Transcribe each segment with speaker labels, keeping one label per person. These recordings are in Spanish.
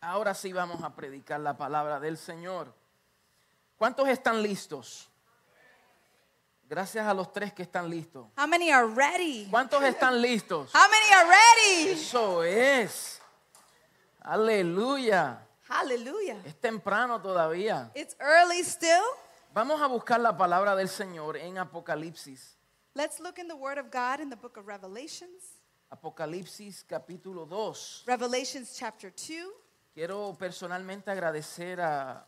Speaker 1: Ahora sí vamos a predicar la palabra del Señor. ¿Cuántos están listos? Gracias a los tres que están listos.
Speaker 2: How many are ready?
Speaker 1: ¿Cuántos están listos?
Speaker 2: How many are ready?
Speaker 1: Eso es. Aleluya.
Speaker 2: Hallelujah.
Speaker 1: Es temprano todavía.
Speaker 2: It's early still.
Speaker 1: Vamos a buscar la palabra del Señor en Apocalipsis.
Speaker 2: Let's look in the Word of God in the book of Revelations,
Speaker 1: Apocalipsis capítulo 2.
Speaker 2: Revelations chapter 2.
Speaker 1: Quiero personalmente agradecer a,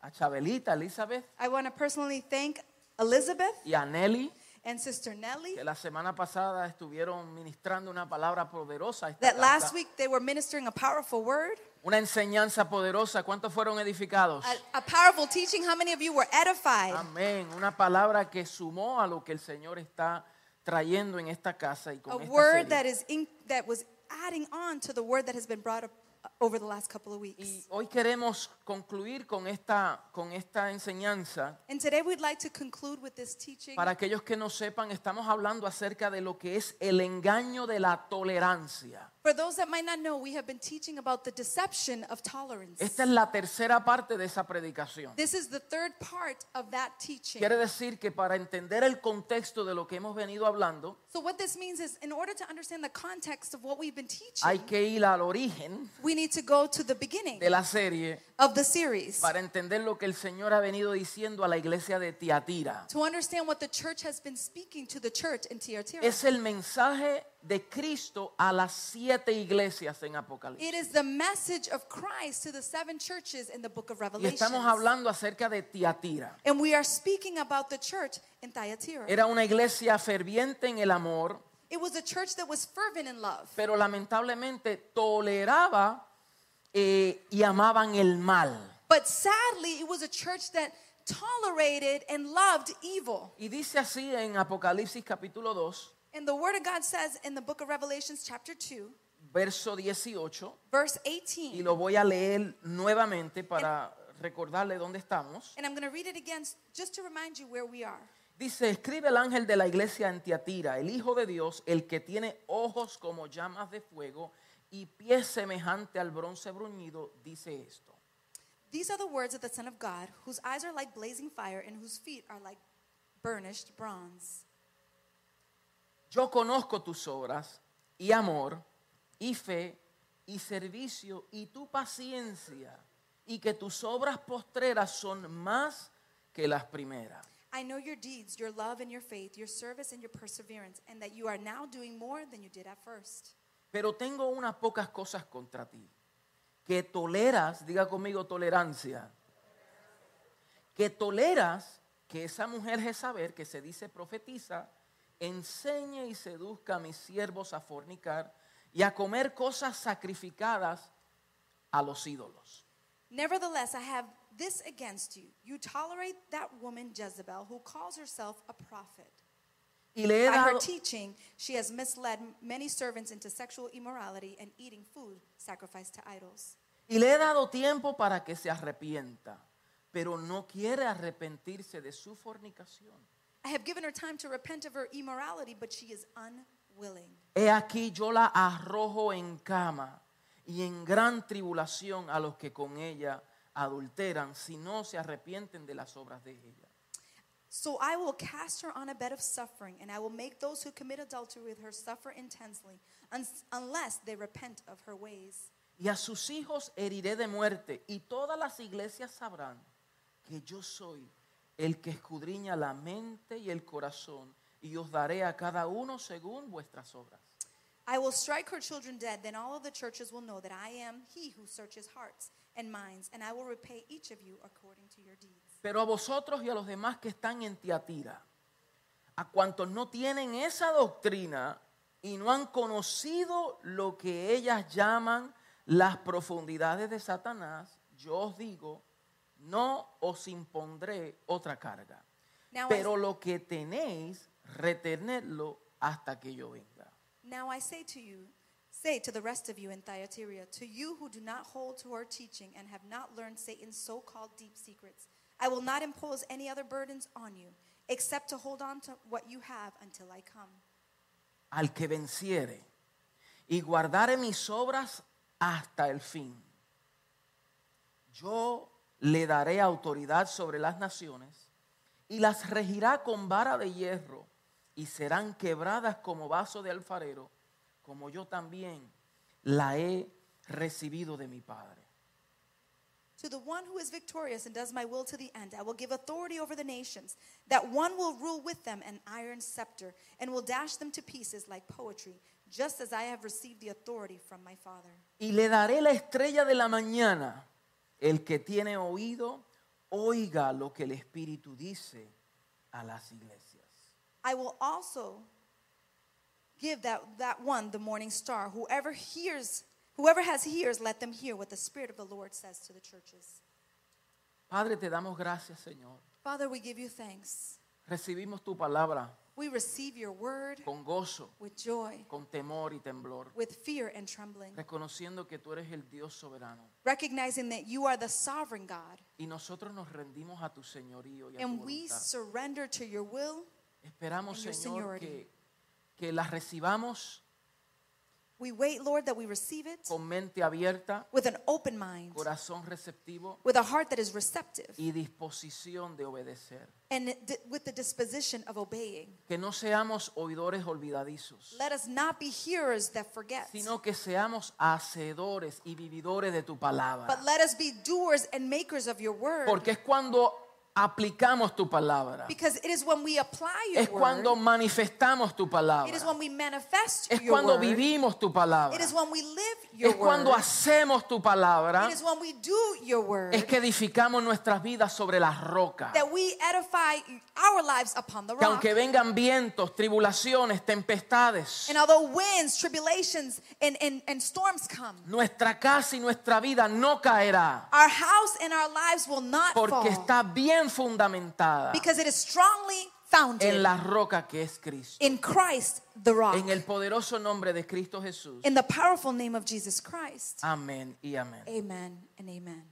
Speaker 1: a Chabelita, Elizabeth
Speaker 2: I want to personally thank Elizabeth
Speaker 1: y a Nelly,
Speaker 2: and Sister Nellie
Speaker 1: que la semana pasada estuvieron ministrando una palabra poderosa. a esta
Speaker 2: that last
Speaker 1: casa.
Speaker 2: week they were ministering a powerful word,
Speaker 1: Una enseñanza poderosa. ¿Cuántos fueron edificados?
Speaker 2: a, a powerful teaching. How many of you were edified?
Speaker 1: Amén. Una palabra que sumó a lo que el Señor está trayendo en esta casa y con
Speaker 2: a
Speaker 1: esta serie.
Speaker 2: word that is in, that was adding on to the word that has been brought up uh, over the last couple of weeks.
Speaker 1: Y hoy queremos concluir con esta, con esta enseñanza.
Speaker 2: And today we'd like to conclude with this teaching.
Speaker 1: Para aquellos que no sepan, estamos hablando acerca de lo que es el engaño de la tolerancia.
Speaker 2: For those that might not know, we have been teaching about the deception of tolerance.
Speaker 1: Esta es la tercera parte de esa predicación.
Speaker 2: This is the third part of that teaching.
Speaker 1: Quiere decir que para entender el contexto de lo que hemos venido hablando,
Speaker 2: So what this means is in order to understand the context of what we've been
Speaker 1: hay
Speaker 2: teaching,
Speaker 1: que ir al origen
Speaker 2: we need to go to the beginning
Speaker 1: de la serie
Speaker 2: of the series
Speaker 1: para entender lo que el Señor ha venido diciendo a la iglesia de Tiatira.
Speaker 2: to understand what the church has been speaking to the church in Tiatira.
Speaker 1: Es el mensaje de Cristo a las siete iglesias en Apocalipsis.
Speaker 2: It is the message of Christ to the seven churches in the book of
Speaker 1: Y
Speaker 2: Revelation.
Speaker 1: estamos hablando acerca de Tiatira.
Speaker 2: And we are speaking about the church in Thyatira.
Speaker 1: Era una iglesia ferviente en el amor,
Speaker 2: It was a church that was fervent in love,
Speaker 1: pero lamentablemente toleraba eh, y amaban el mal.
Speaker 2: but sadly, it was a church that tolerated and loved evil.
Speaker 1: Y dice así en Apocalipsis capítulo 2,
Speaker 2: And the Word of God says in the book of Revelations, chapter 2,
Speaker 1: verso 18,
Speaker 2: verse
Speaker 1: y
Speaker 2: 18,
Speaker 1: lo voy a leer nuevamente para recordarle dónde estamos.
Speaker 2: and I'm going to read it again s- just to remind you where we are.
Speaker 1: Dice, escribe el ángel de la iglesia en Tiatira, el Hijo de Dios, el que tiene ojos como llamas de fuego y pies semejante al bronce bruñido, dice esto.
Speaker 2: These are the words of the Son of God, whose eyes are like blazing fire and whose feet are like burnished bronze.
Speaker 1: Yo conozco tus obras y amor y fe y servicio y tu paciencia y que tus obras postreras son más que las primeras.
Speaker 2: I know your deeds, your love and your faith, your service and your perseverance, and that you are now doing more than you did at first.
Speaker 1: Pero tengo unas pocas cosas contra ti. Que toleras, diga conmigo tolerancia. Que toleras que esa mujer Jezabel, que se dice profetiza, enseñe y seduzca a mis siervos a fornicar y a comer cosas sacrificadas a los ídolos.
Speaker 2: Nevertheless, I have this against you. You tolerate that woman Jezebel, who calls herself a prophet.
Speaker 1: Y le he
Speaker 2: By her
Speaker 1: dado,
Speaker 2: teaching, she has misled many servants into sexual immorality and eating food sacrificed to idols.
Speaker 1: y le he dado tiempo para que se arrepienta, pero no quiere arrepentirse de su fornicación.
Speaker 2: I have given her time to repent of her immorality, but she is unwilling.
Speaker 1: He aquí yo la arrojo en cama y en gran tribulación a los que con ella adulteran, si no se arrepienten de las obras de ella.
Speaker 2: So I will cast her on a bed of suffering, and I will make those who commit adultery with her suffer intensely, un- unless they repent of her ways.
Speaker 1: Y a sus hijos heriré de muerte, y todas las iglesias sabrán que yo soy el que escudriña la mente y el corazón, y os daré a cada uno según vuestras obras.
Speaker 2: I will strike her children dead, then all of the churches will know that I am he who searches hearts and minds, and I will repay each of you according to your deeds.
Speaker 1: Pero a vosotros y a los demás que están en Tiatira, a cuantos no tienen esa doctrina y no han conocido lo que ellas llaman las profundidades de Satanás, yo os digo, no os impondré otra carga.
Speaker 2: Now I-
Speaker 1: Pero lo que tenéis, retenedlo hasta que yo venga.
Speaker 2: Now I say to you, say to the rest of you in Thyatira, to you who do not hold to our teaching and have not learned Satan's so called deep secrets, I will not impose any other burdens on you, except to hold on to what you have until I come.
Speaker 1: al que venciere y guardare mis obras hasta el fin. yo le daré autoridad sobre las naciones y las regirá con vara de hierro y serán quebradas como vaso de alfarero, como yo también la he recibido de mi Padre.
Speaker 2: To the one who is victorious and does my will to the end, I will give authority over the nations, that one will rule with them an iron scepter, and will dash them to pieces like poetry, just as I have received the authority from my Father.
Speaker 1: Y le daré la estrella de la mañana. El que tiene oído, oiga lo que el Espíritu dice a las iglesias.
Speaker 2: I will also give that, that one the morning star. Whoever hears, whoever has ears, let them hear what the Spirit of the Lord says to the churches.
Speaker 1: Padre, te damos gracias, Señor.
Speaker 2: Father, we give you thanks.
Speaker 1: Recibimos tu palabra
Speaker 2: We receive your word
Speaker 1: con gozo,
Speaker 2: with joy,
Speaker 1: con temor y temblor,
Speaker 2: with fear and trembling,
Speaker 1: reconociendo que tú eres el Dios soberano.
Speaker 2: recognizing that you are the sovereign God,
Speaker 1: Y nosotros nos rendimos a tu señorío y a tu
Speaker 2: and we
Speaker 1: voluntad.
Speaker 2: surrender to your will.
Speaker 1: Esperamos,
Speaker 2: and your
Speaker 1: Señor,
Speaker 2: seniority.
Speaker 1: que, que las recibamos
Speaker 2: We wait, Lord, that we receive it
Speaker 1: con mente abierta,
Speaker 2: with an open mind,
Speaker 1: corazón receptivo
Speaker 2: with a heart that is receptive,
Speaker 1: y disposición de obedecer.
Speaker 2: and di- with the disposition of obeying.
Speaker 1: Que no seamos oidores olvidadizos,
Speaker 2: Let us not be hearers that forget,
Speaker 1: sino que seamos hacedores y vividores de tu palabra.
Speaker 2: but let us be doers and makers of your word.
Speaker 1: Porque es cuando aplicamos tu palabra,
Speaker 2: Because it is when we apply your
Speaker 1: es cuando
Speaker 2: word,
Speaker 1: manifestamos tu
Speaker 2: it
Speaker 1: palabra,
Speaker 2: is when we manifest
Speaker 1: es
Speaker 2: your
Speaker 1: cuando
Speaker 2: word,
Speaker 1: vivimos tu palabra,
Speaker 2: it is when we live your
Speaker 1: es cuando
Speaker 2: word,
Speaker 1: hacemos tu palabra,
Speaker 2: it is when we do your word
Speaker 1: es que edificamos nuestras vidas sobre las rocas.
Speaker 2: that we edify our lives upon the
Speaker 1: que
Speaker 2: rock.
Speaker 1: aunque vengan vientos, tribulaciones, tempestades,
Speaker 2: And although winds, tribulations, and, and, and storms come,
Speaker 1: nuestra casa y nuestra vida no caerá
Speaker 2: our house and our lives will not fall
Speaker 1: porque está bien fundamentada
Speaker 2: because it is strongly founded
Speaker 1: en la roca que es Cristo.
Speaker 2: in Christ the rock,
Speaker 1: En el poderoso nombre de Cristo Jesús.
Speaker 2: in the powerful name of Jesus Christ.
Speaker 1: Amén y amén.
Speaker 2: Amen and amen.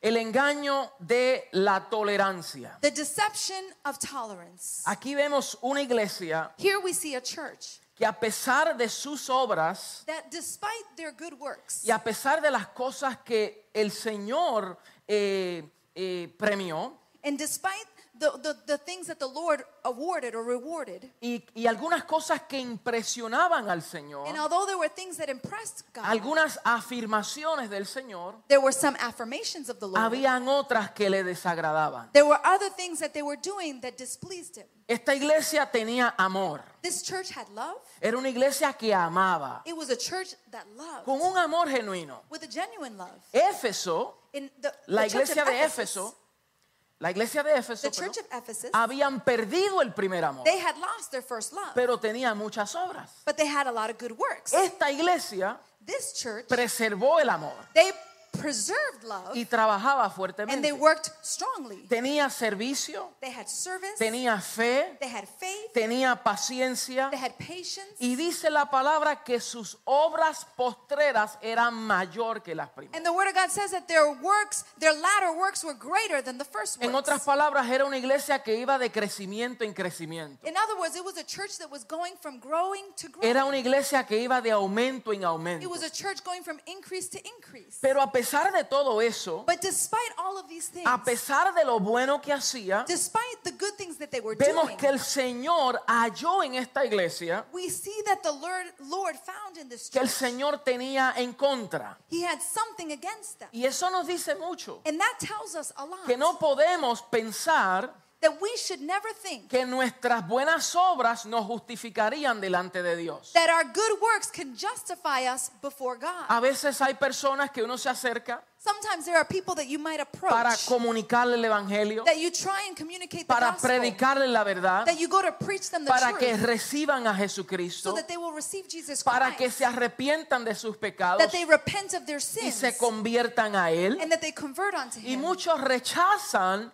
Speaker 1: El engaño de la tolerancia.
Speaker 2: The deception of tolerance.
Speaker 1: Aquí vemos una iglesia
Speaker 2: Here we see a church
Speaker 1: que a pesar de sus obras
Speaker 2: that, despite their good works
Speaker 1: y a pesar de las cosas que el Señor eh, eh, premió,
Speaker 2: and despite the, the, the things that the Lord awarded or rewarded,
Speaker 1: y, y algunas cosas que impresionaban al Señor,
Speaker 2: and although there were things that impressed God,
Speaker 1: algunas afirmaciones del Señor,
Speaker 2: there were some affirmations of the Lord.
Speaker 1: habían otras que le desagradaban.
Speaker 2: There were other things that they were doing that displeased him.
Speaker 1: Esta iglesia tenía amor,
Speaker 2: This church had love.
Speaker 1: era una iglesia que amaba,
Speaker 2: It was a church that loved
Speaker 1: con un amor genuino.
Speaker 2: with a genuine love.
Speaker 1: Éfeso,
Speaker 2: In the,
Speaker 1: la
Speaker 2: the church
Speaker 1: iglesia
Speaker 2: of
Speaker 1: de
Speaker 2: Ephesus,
Speaker 1: Éfeso, Ah. la iglesia de Éfeso,
Speaker 2: the church of
Speaker 1: perdón,
Speaker 2: Ephesus,
Speaker 1: habían perdido el primer amor,
Speaker 2: they had lost their first love,
Speaker 1: pero Eh, tenía muchas obras.
Speaker 2: but they had a lot of good works.
Speaker 1: Esta iglesia
Speaker 2: This church,
Speaker 1: preservó el amor
Speaker 2: they preserved love
Speaker 1: y trabajaba
Speaker 2: and
Speaker 1: fuertemente.
Speaker 2: they worked strongly.
Speaker 1: Tenía servicio,
Speaker 2: They had service,
Speaker 1: tenía fe,
Speaker 2: they had faith,
Speaker 1: tenía paciencia.
Speaker 2: they had patience,
Speaker 1: Y dice la palabra que sus obras postreras eran mayor que las primeras.
Speaker 2: and the word of God says that their works, their latter works, were greater than the first
Speaker 1: En
Speaker 2: works.
Speaker 1: otras palabras, era una iglesia que iba de crecimiento en crecimiento.
Speaker 2: In other words, it was a church that was going from growing to growing.
Speaker 1: Era una iglesia que iba de aumento en
Speaker 2: It
Speaker 1: aumento.
Speaker 2: was a church going from increase to increase.
Speaker 1: Pero a pesar de todo eso,
Speaker 2: But despite all of these things,
Speaker 1: a pesar de lo bueno que hacía,
Speaker 2: despite the good things that they were
Speaker 1: vemos
Speaker 2: doing,
Speaker 1: que el Señor halló en esta iglesia
Speaker 2: we see that the Lord, Lord found in this
Speaker 1: que el
Speaker 2: church,
Speaker 1: Señor tenía en contra.
Speaker 2: He had something against them.
Speaker 1: Y eso nos dice mucho,
Speaker 2: And that tells us a lot
Speaker 1: que no podemos pensar
Speaker 2: that we should never think
Speaker 1: que nuestras buenas obras nos justificarían delante de Dios.
Speaker 2: that our good works can justify us before God.
Speaker 1: A veces hay personas que uno se acerca
Speaker 2: Sometimes there are people that you might
Speaker 1: para
Speaker 2: approach,
Speaker 1: comunicarle el evangelio,
Speaker 2: that you try and communicate the
Speaker 1: para
Speaker 2: gospel,
Speaker 1: predicarle la verdad,
Speaker 2: that you go to preach them the
Speaker 1: para que
Speaker 2: truth.
Speaker 1: reciban a
Speaker 2: so
Speaker 1: Jesucristo,
Speaker 2: that they will receive Jesus
Speaker 1: para
Speaker 2: Christ,
Speaker 1: que se arrepientan de sus pecados
Speaker 2: that they repent of their
Speaker 1: y
Speaker 2: sins,
Speaker 1: se conviertan a Él.
Speaker 2: and that they convert unto
Speaker 1: Y
Speaker 2: Him.
Speaker 1: muchos rechazan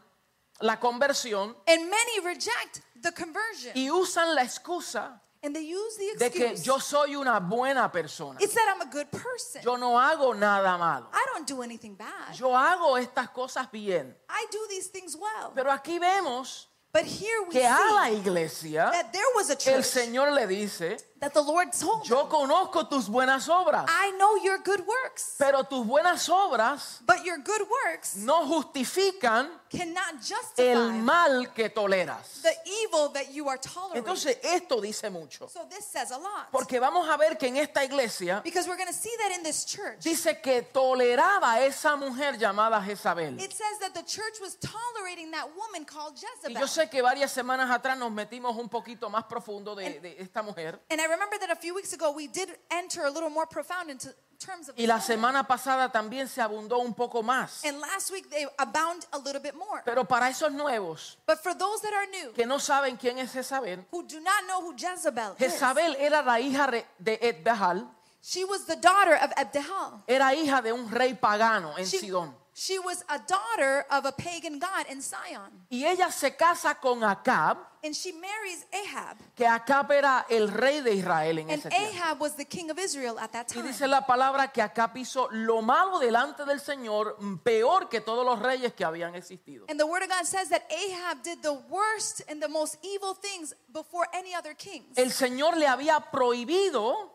Speaker 1: la conversión
Speaker 2: and many reject the conversion,
Speaker 1: y usan la excusa
Speaker 2: and they use the
Speaker 1: de que
Speaker 2: excuse.
Speaker 1: yo soy una buena persona,
Speaker 2: it's that I'm a good person.
Speaker 1: yo no hago nada malo,
Speaker 2: I don't do anything bad.
Speaker 1: yo hago estas cosas bien.
Speaker 2: I do these things well.
Speaker 1: Pero aquí vemos
Speaker 2: But here we
Speaker 1: que a la
Speaker 2: see
Speaker 1: iglesia
Speaker 2: that there was a
Speaker 1: el
Speaker 2: church
Speaker 1: Señor le dice,
Speaker 2: that the Lord told them,
Speaker 1: yo conozco tus buenas obras,
Speaker 2: I know your good works,
Speaker 1: pero tus buenas obras
Speaker 2: but your good works
Speaker 1: no justifican
Speaker 2: cannot
Speaker 1: el
Speaker 2: justify
Speaker 1: mal que toleras.
Speaker 2: the evil that you are tolerating.
Speaker 1: Entonces esto dice mucho,
Speaker 2: So this says a lot.
Speaker 1: porque vamos a ver que en esta iglesia
Speaker 2: Because we're going to see that in this church.
Speaker 1: dice que toleraba a esa mujer llamada Jezabel.
Speaker 2: It says that the church was tolerating that woman called
Speaker 1: Y yo
Speaker 2: Jezebel.
Speaker 1: sé que varias semanas atrás nos metimos un poquito más profundo de, de esta mujer.
Speaker 2: And I remember that a few weeks ago we did enter a little more profound into terms of
Speaker 1: Y la
Speaker 2: this woman.
Speaker 1: semana pasada también se abundó un poco más.
Speaker 2: And last week they abound a little bit more.
Speaker 1: Pero para esos nuevos
Speaker 2: But for those that are new,
Speaker 1: que no saben quién es Jezabel,
Speaker 2: who do not know who Jezebel is,
Speaker 1: Jezabel era la hija re- de Edbehal,
Speaker 2: she was the daughter of Ebdahal.
Speaker 1: era hija de un rey pagano en
Speaker 2: She,
Speaker 1: Sidón.
Speaker 2: she was a daughter of a pagan god in Sion.
Speaker 1: Y ella se casa con Acab,
Speaker 2: And she marries Ahab.
Speaker 1: que Acab era el rey de Israel en
Speaker 2: And
Speaker 1: ese tiempo.
Speaker 2: Ahab was the king of Israel at that
Speaker 1: Y
Speaker 2: time.
Speaker 1: dice la palabra que Acab hizo lo malo delante del Señor, mm, peor que todos los reyes que habían existido.
Speaker 2: And the word of God says that Ahab did the worst and the most evil things before any other kings.
Speaker 1: el Señor le había prohibido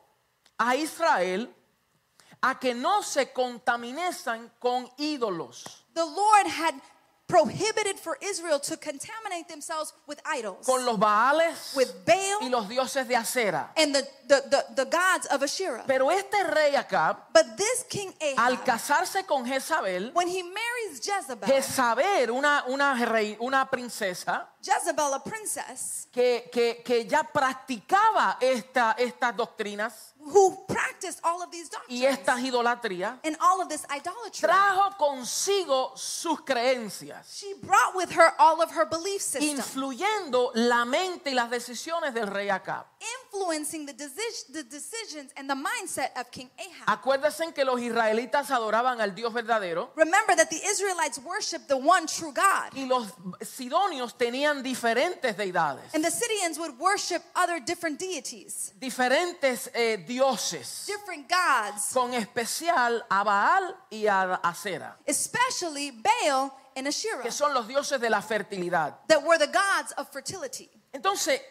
Speaker 1: a Israel a que no se contaminasen con ídolos,
Speaker 2: The Lord had prohibited for Israel to contaminate themselves with idols,
Speaker 1: con los Baales
Speaker 2: with
Speaker 1: y
Speaker 2: Baal
Speaker 1: los dioses de acera.
Speaker 2: and the, the, the, the gods of Asherah.
Speaker 1: Pero este rey Acab,
Speaker 2: But this king
Speaker 1: al
Speaker 2: Ahab,
Speaker 1: casarse con Jezabel,
Speaker 2: when he marries Jezebel,
Speaker 1: Jezabel, una, una, rey- una princesa
Speaker 2: Jezebel, a princess
Speaker 1: que, que- que ya practicaba esta- estas doctrinas
Speaker 2: who practiced all of these
Speaker 1: y estas
Speaker 2: doctrines
Speaker 1: idolatrías,
Speaker 2: and all of this idolatry,
Speaker 1: trajo consigo sus creencias.
Speaker 2: she brought with her all of her belief system,
Speaker 1: influyendo la mente y las decisiones del rey Acab.
Speaker 2: influencing the, deci- the decisions and the mindset of King Ahab.
Speaker 1: Acuérdense que los israelitas adoraban al Dios verdadero
Speaker 2: Remember that the Israelites worshiped the one true God,
Speaker 1: y los sidonios tenían diferentes deidades,
Speaker 2: and the Syrians would worship other different deities,
Speaker 1: diferentes eh, dioses,
Speaker 2: different gods,
Speaker 1: con especial a Baal y a Acera,
Speaker 2: especially Baal and Asherah,
Speaker 1: que son los dioses de la fertilidad.
Speaker 2: that were the gods of fertility.
Speaker 1: Entonces,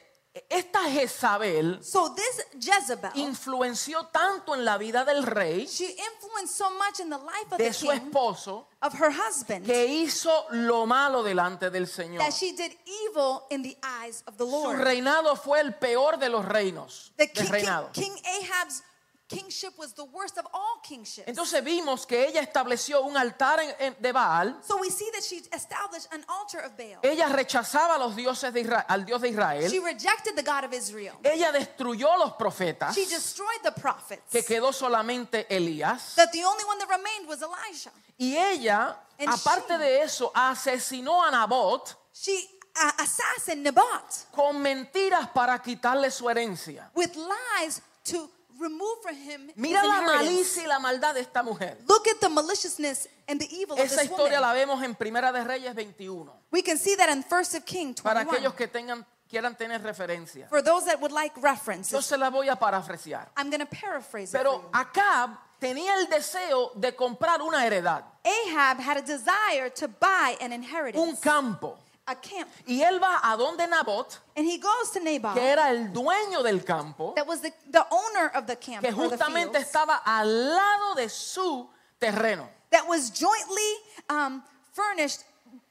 Speaker 1: esta Jezabel
Speaker 2: So this Jezebel,
Speaker 1: influenció tanto en la vida del rey,
Speaker 2: she influenced so much in the life of
Speaker 1: de
Speaker 2: the
Speaker 1: su
Speaker 2: king,
Speaker 1: esposo,
Speaker 2: of her husband,
Speaker 1: que hizo lo malo delante del Señor.
Speaker 2: that she did evil in the eyes of the
Speaker 1: Su
Speaker 2: Lord.
Speaker 1: reinado fue el peor de los reinos.
Speaker 2: The
Speaker 1: De
Speaker 2: king, king,
Speaker 1: reinados.
Speaker 2: King Ahab's kingship was the worst of all kingships.
Speaker 1: Entonces vimos que ella estableció un altar en- en- de Baal.
Speaker 2: So we see that she established an altar of Baal.
Speaker 1: Ella rechazaba a los dioses de Isra- al Dios de
Speaker 2: She
Speaker 1: Israel.
Speaker 2: rejected the God of Israel.
Speaker 1: Ella destruyó los profetas,
Speaker 2: She destroyed the prophets.
Speaker 1: que quedó solamente Elías.
Speaker 2: That the only one that remained was Elijah.
Speaker 1: Y ella,
Speaker 2: And
Speaker 1: aparte
Speaker 2: she-
Speaker 1: de eso, asesinó a Nabot
Speaker 2: She uh, assassinated Nabat
Speaker 1: con mentiras para quitarle su herencia.
Speaker 2: with lies to remove from him his
Speaker 1: Mira la
Speaker 2: inheritance.
Speaker 1: malicia y la maldad de esta mujer.
Speaker 2: Look at the maliciousness and the evil of
Speaker 1: Esa
Speaker 2: this
Speaker 1: historia
Speaker 2: woman.
Speaker 1: la vemos en Primera de Reyes 21.
Speaker 2: We can see that in First of King
Speaker 1: Para
Speaker 2: 21.
Speaker 1: aquellos que tengan, quieran tener referencia.
Speaker 2: For those that would like
Speaker 1: Yo
Speaker 2: references,
Speaker 1: se la voy a parafrasear.
Speaker 2: I'm going to paraphrase it.
Speaker 1: Pero
Speaker 2: for
Speaker 1: Acab tenía el deseo de comprar una heredad,
Speaker 2: you. Ahab had a desire to buy an inheritance,
Speaker 1: un campo.
Speaker 2: a camp,
Speaker 1: Y él va a donde Nabot,
Speaker 2: and he goes to Naboth,
Speaker 1: que era el dueño del campo,
Speaker 2: that was the, the owner of the camp,
Speaker 1: que
Speaker 2: or the
Speaker 1: justamente
Speaker 2: fields,
Speaker 1: estaba al lado de su terreno.
Speaker 2: that was jointly um, furnished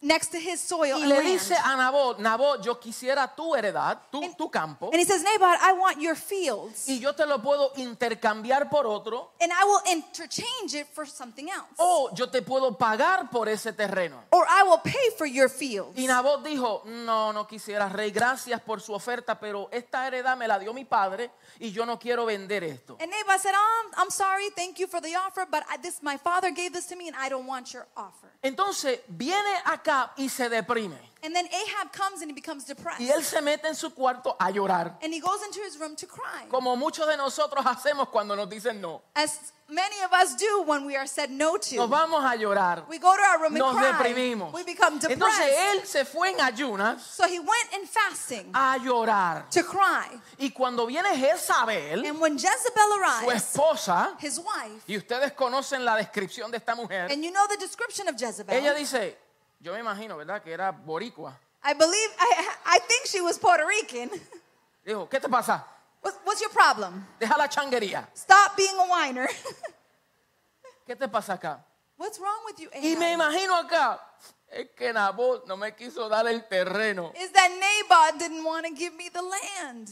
Speaker 2: next to his soil
Speaker 1: Y
Speaker 2: and
Speaker 1: le
Speaker 2: land.
Speaker 1: dice a Nabot, Nabot, yo quisiera tu heredad, tu,
Speaker 2: And-
Speaker 1: tu campo,
Speaker 2: And he says, Naboth, I want your fields,
Speaker 1: y yo te lo puedo intercambiar por otro,
Speaker 2: and I will interchange it for something else.
Speaker 1: o yo te puedo pagar por ese terreno.
Speaker 2: Or I will pay for your fields.
Speaker 1: Y Nabot dijo, no, no quisiera, rey, gracias por su oferta, pero esta heredad me la dio mi padre y yo no quiero vender esto.
Speaker 2: And Naboth said, um, I'm sorry, thank you for the offer, but I, this, my father gave this to me, and I don't want your offer.
Speaker 1: Entonces viene acá y se deprime.
Speaker 2: And then Ahab comes and he becomes depressed.
Speaker 1: Y él se mete en su cuarto a llorar,
Speaker 2: And he goes into his room to cry,
Speaker 1: como muchos de nosotros hacemos cuando nos dicen no.
Speaker 2: as many of us do when we are said no
Speaker 1: Nos
Speaker 2: to.
Speaker 1: vamos a llorar,
Speaker 2: We go to our room and
Speaker 1: nos
Speaker 2: cry.
Speaker 1: deprimimos.
Speaker 2: We become
Speaker 1: Entonces
Speaker 2: depressed.
Speaker 1: él Ah. se fue en ayunas
Speaker 2: So he went in fasting
Speaker 1: a llorar.
Speaker 2: to cry.
Speaker 1: Y cuando viene Jezabel,
Speaker 2: And when Jezebel
Speaker 1: su
Speaker 2: arrives,
Speaker 1: esposa,
Speaker 2: his wife,
Speaker 1: y ustedes conocen la descripción de esta mujer,
Speaker 2: and you know the description of Jezebel,
Speaker 1: Ella dice, yo me imagino, ¿verdad? Que era boricua.
Speaker 2: I believe, I, I think she was Puerto Rican.
Speaker 1: Dijo, ¿qué te pasa?
Speaker 2: What's, what's your problem?
Speaker 1: Deja la changuería.
Speaker 2: Stop being a whiner.
Speaker 1: ¿Qué te pasa acá?
Speaker 2: what's wrong with you,
Speaker 1: Y me
Speaker 2: Ahab?
Speaker 1: imagino acá, es que Nabot no me quiso dar el terreno.
Speaker 2: Is that Naboth didn't want to give me the land.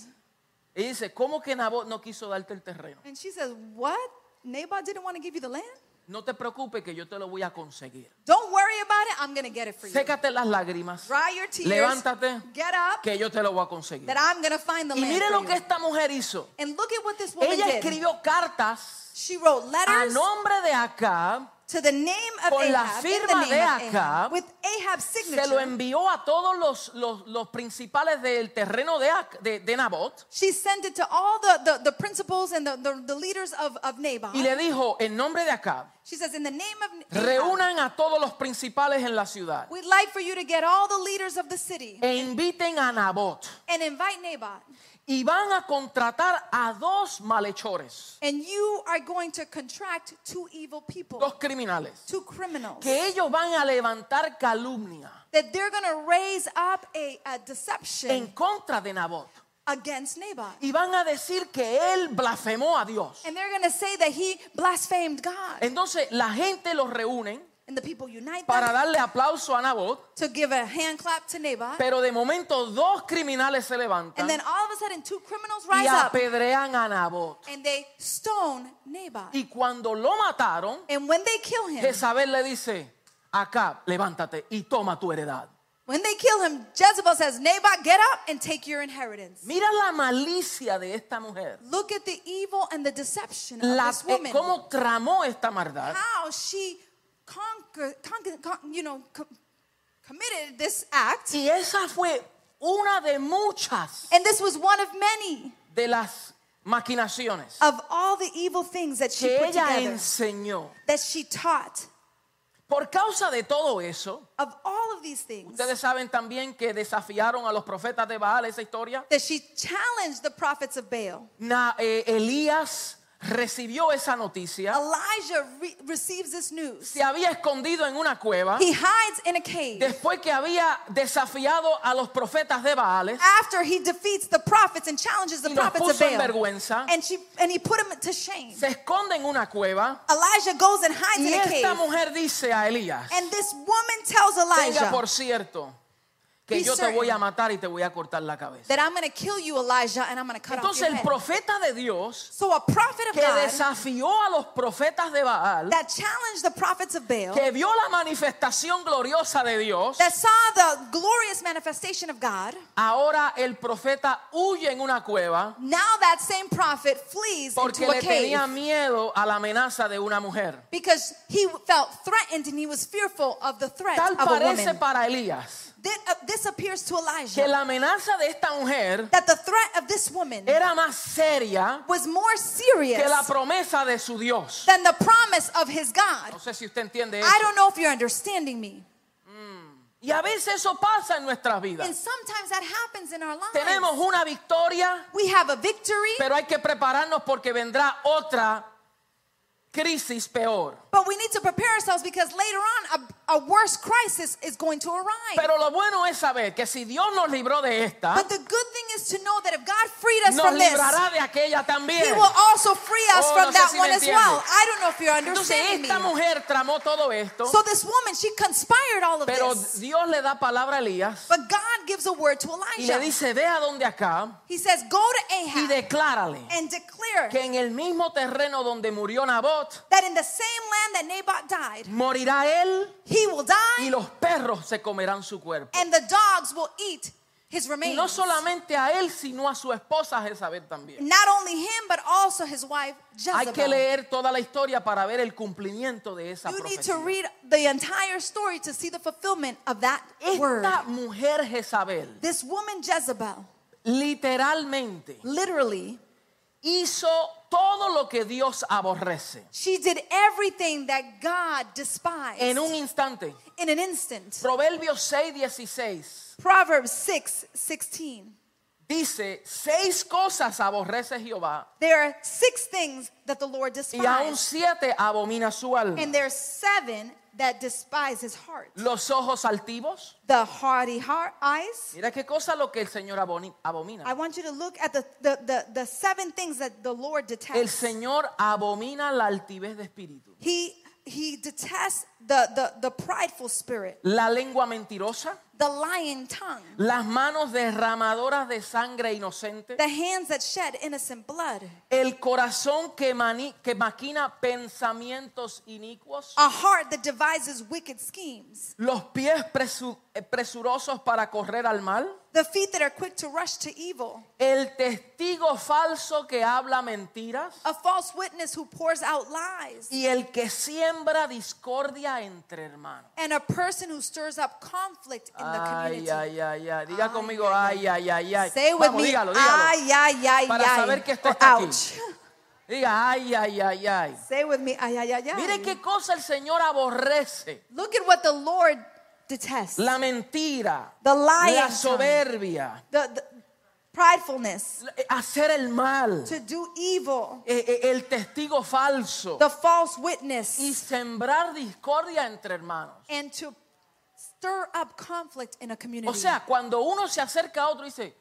Speaker 1: Y dice, ¿cómo que Nabot no quiso darte el terreno?
Speaker 2: And she says, What? Naboth didn't want to give you the land?
Speaker 1: No te preocupes que yo te lo voy a conseguir.
Speaker 2: Don't worry about it. I'm going to get it for you.
Speaker 1: Sécate las lágrimas,
Speaker 2: Dry your tears.
Speaker 1: Levántate.
Speaker 2: Get up.
Speaker 1: que yo te lo voy a conseguir.
Speaker 2: That I'm going to find the
Speaker 1: Y
Speaker 2: land.
Speaker 1: mire
Speaker 2: for
Speaker 1: lo
Speaker 2: you.
Speaker 1: que esta mujer hizo.
Speaker 2: And look at what this woman
Speaker 1: Ella
Speaker 2: did.
Speaker 1: escribió cartas
Speaker 2: She wrote
Speaker 1: a
Speaker 2: letters
Speaker 1: nombre de Acab,
Speaker 2: to the name of
Speaker 1: Con la
Speaker 2: Ahab, in the
Speaker 1: firma
Speaker 2: name
Speaker 1: de
Speaker 2: of
Speaker 1: Acab,
Speaker 2: Ahab with Ahab's signature.
Speaker 1: se lo envió a todos los, los- los principales del terreno de, Ac- de- de Nabot
Speaker 2: she sent it to all the, the, the principals and the, the, the leaders of, of Naboth.
Speaker 1: y le dijo, en nombre de Acab,
Speaker 2: she says, In the name of Ahab,
Speaker 1: reúnan a todos los principales en la ciudad
Speaker 2: we'd like for you to get all the leaders of the city
Speaker 1: e inviten a Nabot
Speaker 2: and invite Naboth.
Speaker 1: y van a contratar a dos malhechores,
Speaker 2: And you are going to contract two evil people,
Speaker 1: dos criminales,
Speaker 2: two criminals,
Speaker 1: que ellos van a levantar calumnia
Speaker 2: that they're going to raise up a, a deception
Speaker 1: en contra de Nabot
Speaker 2: against Naboth.
Speaker 1: y van a decir que él blasfemó a Dios.
Speaker 2: And they're going to say that he blasphemed God.
Speaker 1: Entonces la gente los reúnen
Speaker 2: And the people unite
Speaker 1: para
Speaker 2: them
Speaker 1: darle aplauso a Nabot,
Speaker 2: to give a hand clap to Naboth.
Speaker 1: pero de momento dos criminales se levantan
Speaker 2: And then all of a sudden, two criminals
Speaker 1: y
Speaker 2: rise up
Speaker 1: apedrean a Nabot.
Speaker 2: and they stone Naboth.
Speaker 1: Y cuando lo mataron,
Speaker 2: And when they kill him,
Speaker 1: Jezabel le dice, acá, levántate y toma tu heredad.
Speaker 2: when they kill him, Jezebel says, Naboth, get up and take your inheritance.
Speaker 1: Mira la malicia de esta mujer,
Speaker 2: Look at the evil and the deception of
Speaker 1: la,
Speaker 2: this
Speaker 1: eh,
Speaker 2: woman.
Speaker 1: cómo tramó esta maldad.
Speaker 2: How she conquer, conquer, con- you know, com- committed this act.
Speaker 1: Y esa fue una de muchas
Speaker 2: And this was one of many
Speaker 1: de las maquinaciones
Speaker 2: of all the evil things that she
Speaker 1: que
Speaker 2: put
Speaker 1: ella
Speaker 2: together,
Speaker 1: enseñó.
Speaker 2: that she taught.
Speaker 1: Por causa de todo eso,
Speaker 2: Of all of these things,
Speaker 1: ustedes saben también que desafiaron a los profetas de Baal esa historia.
Speaker 2: that she challenged the prophets of Baal.
Speaker 1: Na- eh, Elías recibió esa
Speaker 2: Ah,
Speaker 1: noticia,
Speaker 2: Elijah re- receives this news.
Speaker 1: se había escondido en una cueva
Speaker 2: He hides in a cave
Speaker 1: después que había desafiado a los profetas de Baales
Speaker 2: after he defeats the prophets and challenges the
Speaker 1: y los
Speaker 2: Ah, prophets of
Speaker 1: puso en
Speaker 2: Baal. Eh.
Speaker 1: vergüenza,
Speaker 2: And, she, and he put him to shame.
Speaker 1: se esconde en una cueva
Speaker 2: Elijah goes and hides
Speaker 1: y
Speaker 2: in a
Speaker 1: esta
Speaker 2: cave.
Speaker 1: mujer dice a Elías,
Speaker 2: And this woman tells
Speaker 1: tenga
Speaker 2: Elijah
Speaker 1: por cierto que
Speaker 2: Be
Speaker 1: yo te
Speaker 2: certain.
Speaker 1: voy a matar y te voy a cortar la cabeza.
Speaker 2: that I'm going to kill you, Elijah, and I'm going to cut off
Speaker 1: Entonces
Speaker 2: your
Speaker 1: el
Speaker 2: head.
Speaker 1: profeta de Dios
Speaker 2: So a prophet of
Speaker 1: que
Speaker 2: God
Speaker 1: desafió a los profetas de Baal,
Speaker 2: that challenged the prophets of Baal,
Speaker 1: que vio la manifestación gloriosa de Dios,
Speaker 2: that saw the glorious manifestation of God,
Speaker 1: ahora el profeta huye en una cueva
Speaker 2: now that same prophet flees
Speaker 1: porque
Speaker 2: into a
Speaker 1: le
Speaker 2: cave
Speaker 1: tenía miedo a la amenaza de una mujer.
Speaker 2: because he felt threatened and he was fearful of the threat
Speaker 1: Tal
Speaker 2: of a
Speaker 1: parece
Speaker 2: woman.
Speaker 1: para Elías
Speaker 2: Thi- uh, This appears to
Speaker 1: que
Speaker 2: Elijah
Speaker 1: la amenaza de esta mujer
Speaker 2: that the threat of this woman
Speaker 1: era más seria
Speaker 2: was more serious
Speaker 1: que la promesa de su Dios.
Speaker 2: than the promise of his God.
Speaker 1: No sé si usted entiende eso.
Speaker 2: I don't know if you're understanding me.
Speaker 1: Y a veces eso pasa en nuestras
Speaker 2: And
Speaker 1: vidas.
Speaker 2: sometimes that happens in our
Speaker 1: Tenemos
Speaker 2: lives.
Speaker 1: una victoria,
Speaker 2: We have a victory,
Speaker 1: pero hay que prepararnos porque vendrá otra crisis peor.
Speaker 2: but we need to prepare ourselves because later on a, a worse crisis is going to arrive.
Speaker 1: Pero lo bueno es saber que si Dios nos libró de esta,
Speaker 2: But the good thing is to know that if God freed us
Speaker 1: nos
Speaker 2: from this,
Speaker 1: librará de aquella
Speaker 2: he
Speaker 1: también.
Speaker 2: will also free us
Speaker 1: Oh,
Speaker 2: from
Speaker 1: no sé
Speaker 2: that
Speaker 1: si me
Speaker 2: one as
Speaker 1: entiende.
Speaker 2: well. I don't know if you're
Speaker 1: Entonces
Speaker 2: understanding me.
Speaker 1: esta mujer tramó todo esto,
Speaker 2: So this woman, she conspired all of
Speaker 1: pero
Speaker 2: this.
Speaker 1: Dios le da palabra a Elías
Speaker 2: But God gives a word to
Speaker 1: y le
Speaker 2: Elijah.
Speaker 1: dice, ve a donde acá
Speaker 2: He says, Go to
Speaker 1: y
Speaker 2: Ahab
Speaker 1: declárale
Speaker 2: and declare
Speaker 1: que en el mismo terreno donde murió Nabot,
Speaker 2: that in the same land that Naboth died,
Speaker 1: morirá él
Speaker 2: he
Speaker 1: y
Speaker 2: will die
Speaker 1: los perros se comerán su cuerpo.
Speaker 2: and the dogs will eat his
Speaker 1: Y no
Speaker 2: remains.
Speaker 1: solamente a él, sino a su esposa Jezabel también.
Speaker 2: Not only him, but also his wife
Speaker 1: Hay que
Speaker 2: Jezebel.
Speaker 1: leer toda la historia para ver el cumplimiento de esa
Speaker 2: You need to
Speaker 1: profecía.
Speaker 2: read the entire story to see the fulfillment of that word.
Speaker 1: Esta mujer Jezabel
Speaker 2: This woman Jezebel
Speaker 1: literalmente
Speaker 2: literally
Speaker 1: hizo todo lo que Dios aborrece.
Speaker 2: she did everything that God despised
Speaker 1: En un instante.
Speaker 2: in an instant.
Speaker 1: Proverbios 6, 16
Speaker 2: Proverbs 6, 16.
Speaker 1: Dice, seis cosas aborrece Jehová
Speaker 2: There are six things that the Lord
Speaker 1: y aún
Speaker 2: despises,
Speaker 1: siete abomina su alma.
Speaker 2: and there are seven that despise his heart.
Speaker 1: Los ojos altivos.
Speaker 2: The haughty heart, eyes.
Speaker 1: Mira qué cosa lo que el Señor aboni-
Speaker 2: I
Speaker 1: abomina.
Speaker 2: want you to look at the, the, the, the seven things that the Lord
Speaker 1: El
Speaker 2: detests.
Speaker 1: Señor abomina la altivez de espíritu.
Speaker 2: He, he detests the, the, the prideful spirit,
Speaker 1: La lengua mentirosa.
Speaker 2: the lying tongue,
Speaker 1: Las manos derramadoras de sangre inocente.
Speaker 2: the hands that shed innocent blood,
Speaker 1: El corazón que, mani- que maquina pensamientos inicuos.
Speaker 2: a heart that devises wicked schemes,
Speaker 1: Los pies presu- eh, presurosos para correr al mal.
Speaker 2: the feet that are quick to rush to evil,
Speaker 1: El testigo falso que habla mentiras.
Speaker 2: a false witness who pours out lies,
Speaker 1: Y el que siembra discordia entre hermanos.
Speaker 2: and a person who stirs up conflict in the
Speaker 1: Ay,
Speaker 2: community.
Speaker 1: ay, ay, ay. Diga
Speaker 2: Ay,
Speaker 1: conmigo,
Speaker 2: ay,
Speaker 1: ay, ay, ay, ay.
Speaker 2: Say it with
Speaker 1: Vamos,
Speaker 2: me,
Speaker 1: dígalo, dígalo.
Speaker 2: ay, ay, ay,
Speaker 1: Para
Speaker 2: ay,
Speaker 1: saber que esto
Speaker 2: or
Speaker 1: está aquí.
Speaker 2: ouch.
Speaker 1: Diga, ay, ay, ay, ay.
Speaker 2: Say it with me, ay, ay, ay, ay.
Speaker 1: Mire qué cosa el Señor aborrece.
Speaker 2: Look at what the Lord detests.
Speaker 1: La mentira,
Speaker 2: the lying
Speaker 1: la
Speaker 2: tongue.
Speaker 1: soberbia,
Speaker 2: the, the pridefulness,
Speaker 1: la- eh, hacer el mal,
Speaker 2: to do evil,
Speaker 1: eh, eh, el testigo falso
Speaker 2: the false
Speaker 1: y
Speaker 2: witness,
Speaker 1: sembrar discordia entre hermanos.
Speaker 2: and to stir up conflict in a community.
Speaker 1: O sea, cuando uno se acerca a otro y dice,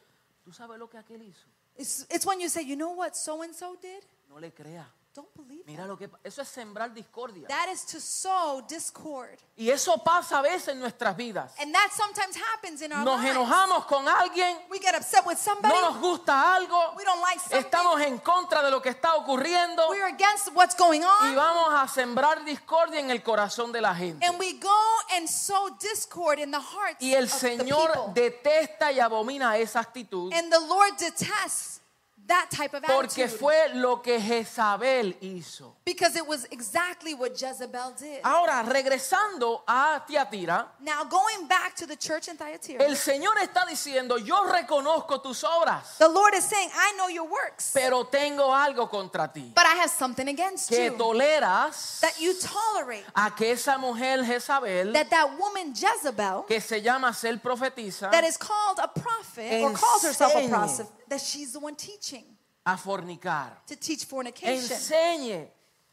Speaker 1: ¿tú sabes lo que aquel hizo?
Speaker 2: it's, it's when you say, you know what so and so did?
Speaker 1: No le crea.
Speaker 2: Don't believe it.
Speaker 1: Mira lo que pa- eso es sembrar discordia.
Speaker 2: That is to sow discord.
Speaker 1: Y eso pasa a veces en nuestras vidas.
Speaker 2: And that sometimes happens in our
Speaker 1: Nos
Speaker 2: lives.
Speaker 1: enojamos con alguien,
Speaker 2: We get upset with somebody.
Speaker 1: no nos gusta algo,
Speaker 2: We don't like something.
Speaker 1: estamos en contra de lo que está ocurriendo
Speaker 2: We're against what's going
Speaker 1: y
Speaker 2: on.
Speaker 1: vamos a sembrar discordia en el corazón de la gente.
Speaker 2: And we go and sow discord in the hearts
Speaker 1: Y el
Speaker 2: of the people.
Speaker 1: Señor detesta y abomina esa actitud
Speaker 2: And the Lord detests that type of
Speaker 1: porque
Speaker 2: attitude.
Speaker 1: fue lo que Jezabel hizo.
Speaker 2: Because it was exactly what Jezebel did.
Speaker 1: Ahora, regresando a Tiatira,
Speaker 2: Now, going back to the church in Thyatira,
Speaker 1: el Señor está diciendo, yo reconozco tus obras,
Speaker 2: the Lord is saying, I know your works,
Speaker 1: pero tengo algo contra ti,
Speaker 2: but I have something against
Speaker 1: que
Speaker 2: you
Speaker 1: toleras
Speaker 2: that you tolerate.
Speaker 1: a que esa mujer Jezabel,
Speaker 2: That that woman Jezebel,
Speaker 1: que se llama ser profetiza,
Speaker 2: that is called a prophet or calls herself a
Speaker 1: Enseñe.
Speaker 2: prophet, that she's the one teaching
Speaker 1: a fornicar,
Speaker 2: to teach fornication.
Speaker 1: enseñe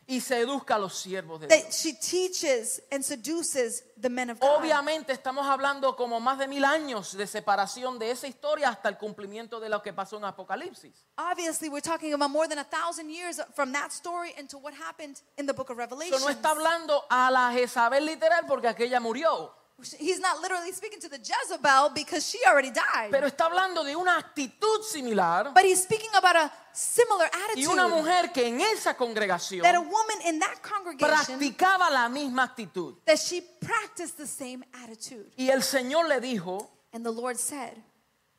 Speaker 1: y seduzca a los siervos de Dios.
Speaker 2: That she teaches and seduces the men of God.
Speaker 1: Obviamente estamos hablando como más de mil años de separación de esa historia hasta el cumplimiento de lo que pasó en Apocalipsis.
Speaker 2: Obviously, we're talking about more than a thousand years from that story into what happened in the book of Revelation.
Speaker 1: Eso no está hablando a la Jezabel literal porque aquella murió,
Speaker 2: He's not literally speaking to the Jezebel because she already died.
Speaker 1: pero está hablando de una actitud similar
Speaker 2: but he's speaking about a similar
Speaker 1: y
Speaker 2: attitude
Speaker 1: una mujer que en esa congregación
Speaker 2: that a woman in that congregation
Speaker 1: practicaba la misma actitud.
Speaker 2: that she practiced the same attitude.
Speaker 1: Y el Señor le dijo,
Speaker 2: And the Lord said,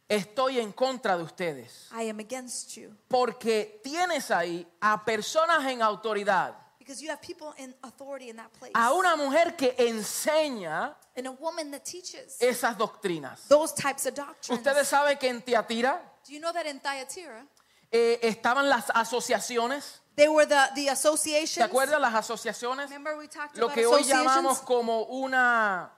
Speaker 1: estoy en contra de ustedes,
Speaker 2: I am against you
Speaker 1: porque tienes ahí a personas en autoridad,
Speaker 2: because you have people in authority in that place.
Speaker 1: a una mujer que enseña
Speaker 2: and a woman that teaches
Speaker 1: esas doctrinas.
Speaker 2: those types of doctrines.
Speaker 1: Eh, Ustedes saben que en Tiatira
Speaker 2: Do you know that in Thyatira,
Speaker 1: eh, estaban las asociaciones,
Speaker 2: they were the, the associations?
Speaker 1: ¿se acuerdan las asociaciones?
Speaker 2: Remember we talked
Speaker 1: Lo
Speaker 2: about
Speaker 1: que hoy llamamos
Speaker 2: associations?
Speaker 1: como una,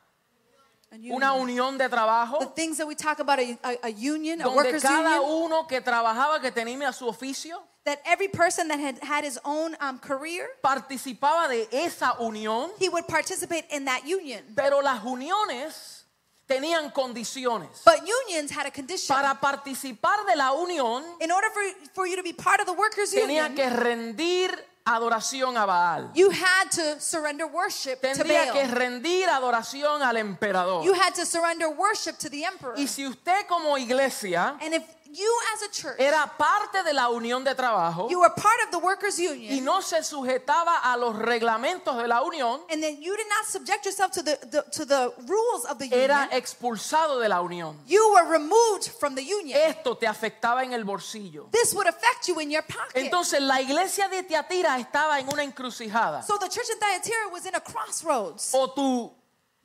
Speaker 2: A
Speaker 1: una
Speaker 2: union.
Speaker 1: unión de
Speaker 2: the
Speaker 1: trabajo,
Speaker 2: things that we talk about a, a, a union, a
Speaker 1: donde
Speaker 2: workers'
Speaker 1: cada
Speaker 2: union.
Speaker 1: uno que trabajaba, que tenía su oficio,
Speaker 2: that every person that had had his own um, career,
Speaker 1: participaba de esa unión,
Speaker 2: he would participate in that union.
Speaker 1: pero las uniones tenían condiciones.
Speaker 2: But unions had a condition.
Speaker 1: Para participar de la unión,
Speaker 2: In order for, for you to be part of the workers'
Speaker 1: tenía
Speaker 2: union,
Speaker 1: que rendir adoración a Baal,
Speaker 2: you had to surrender worship to
Speaker 1: tendría que
Speaker 2: Baal.
Speaker 1: rendir adoración al emperador.
Speaker 2: You had to surrender worship to the emperor.
Speaker 1: Y si usted como iglesia
Speaker 2: And if you as a church,
Speaker 1: era parte de la unión de trabajo
Speaker 2: you were part of the workers'
Speaker 1: y
Speaker 2: union,
Speaker 1: no se sujetaba a los reglamentos de la unión,
Speaker 2: and then you did not subject yourself to the, the to the rules of the
Speaker 1: era
Speaker 2: union,
Speaker 1: expulsado de la unión.
Speaker 2: you were removed from the union.
Speaker 1: Esto te afectaba en el bolsillo.
Speaker 2: This would affect you in your pocket.
Speaker 1: Entonces la iglesia de Tiatira estaba en una encrucijada.
Speaker 2: So the church in Thyatira was in a crossroads.
Speaker 1: O tu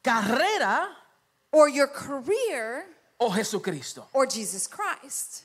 Speaker 1: carrera
Speaker 2: or your career
Speaker 1: o Jesucristo.
Speaker 2: or Jesus Christ.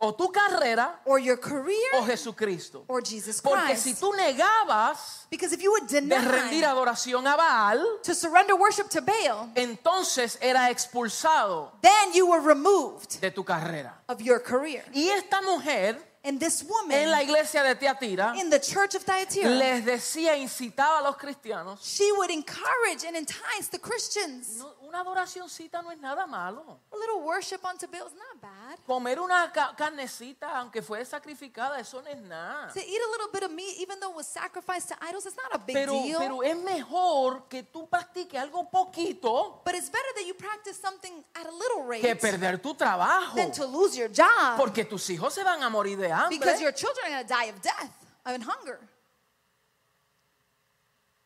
Speaker 1: o tu carrera
Speaker 2: or your career
Speaker 1: o Jesucristo.
Speaker 2: or Jesus
Speaker 1: Oh, Porque
Speaker 2: Christ.
Speaker 1: si tú negabas
Speaker 2: because if you would
Speaker 1: de rendir
Speaker 2: deny
Speaker 1: adoración a Baal,
Speaker 2: to surrender worship to Baal,
Speaker 1: entonces era expulsado
Speaker 2: then you were removed
Speaker 1: de tu carrera.
Speaker 2: of your career.
Speaker 1: Y esta mujer
Speaker 2: And this
Speaker 1: en la
Speaker 2: woman
Speaker 1: iglesia de Tiatira
Speaker 2: in the church of Thyatira,
Speaker 1: les decía, incitaba a los cristianos,
Speaker 2: she would encourage and entice the Christians.
Speaker 1: "No, una adoracioncita no es nada malo.
Speaker 2: A little worship unto Baal is not bad.
Speaker 1: Comer una ca- carnecita, aunque fue sacrificada, eso no es nada.
Speaker 2: To eat a little bit of meat, even though it was sacrificed to idols, it's not a big
Speaker 1: Pero,
Speaker 2: deal.
Speaker 1: pero es mejor que tú practiques algo poquito
Speaker 2: but it's better that you practice something at a little rate
Speaker 1: que perder tu trabajo.
Speaker 2: than to lose your job
Speaker 1: Porque tus hijos se van a morir de hambre.
Speaker 2: because your children are going to die of death, of hunger.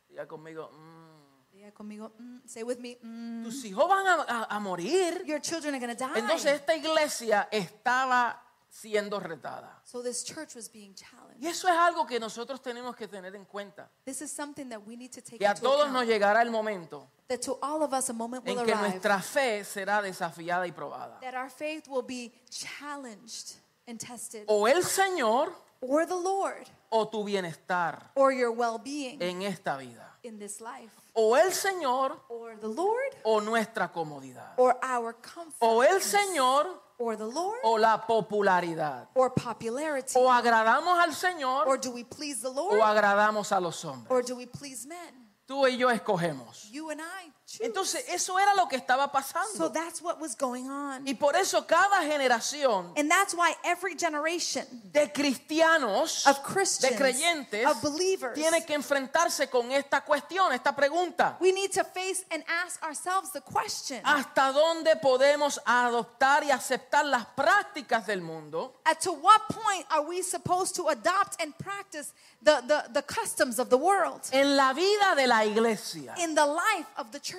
Speaker 1: Diga conmigo, "Mm,
Speaker 2: Diga conmigo, mm, say with me, mm.
Speaker 1: tus hijos van a, a- a morir.
Speaker 2: your children are going to die.
Speaker 1: Entonces esta iglesia estaba siendo retada.
Speaker 2: so this church was being challenged.
Speaker 1: Y eso es algo que nosotros tenemos que tener en cuenta.
Speaker 2: This is something that we need to take
Speaker 1: Que a
Speaker 2: into
Speaker 1: todos
Speaker 2: account.
Speaker 1: nos llegará el momento
Speaker 2: that to all of us a moment will
Speaker 1: en que
Speaker 2: arrive.
Speaker 1: nuestra fe será desafiada y probada.
Speaker 2: That our faith will be challenged and tested.
Speaker 1: O el Señor
Speaker 2: or the Lord.
Speaker 1: o tu bienestar
Speaker 2: Or your well-being
Speaker 1: en esta vida.
Speaker 2: in this life.
Speaker 1: O el Señor
Speaker 2: Or the Lord.
Speaker 1: o nuestra comodidad.
Speaker 2: Or our comfort.
Speaker 1: O el Señor Oh.
Speaker 2: or the Lord.
Speaker 1: o la popularidad.
Speaker 2: or popularity.
Speaker 1: O agradamos al Señor
Speaker 2: or do we please the Lord?
Speaker 1: o agradamos a los hombres.
Speaker 2: or do we please men?
Speaker 1: Tú y yo escogemos.
Speaker 2: You and I choose.
Speaker 1: Entonces, eso era lo que estaba
Speaker 2: so
Speaker 1: pasando.
Speaker 2: that's what was going on.
Speaker 1: Y por eso cada generación
Speaker 2: And that's why every generation
Speaker 1: de cristianos,
Speaker 2: of Christians,
Speaker 1: de creyentes,
Speaker 2: of believers,
Speaker 1: tiene que enfrentarse con esta cuestión, esta pregunta.
Speaker 2: we need to face and ask ourselves the question.
Speaker 1: ¿Hasta dónde podemos adoptar y aceptar las prácticas del mundo
Speaker 2: At to what point are we supposed to adopt and practice the, the, the customs of the world
Speaker 1: en la vida de la iglesia?
Speaker 2: in the life of the church?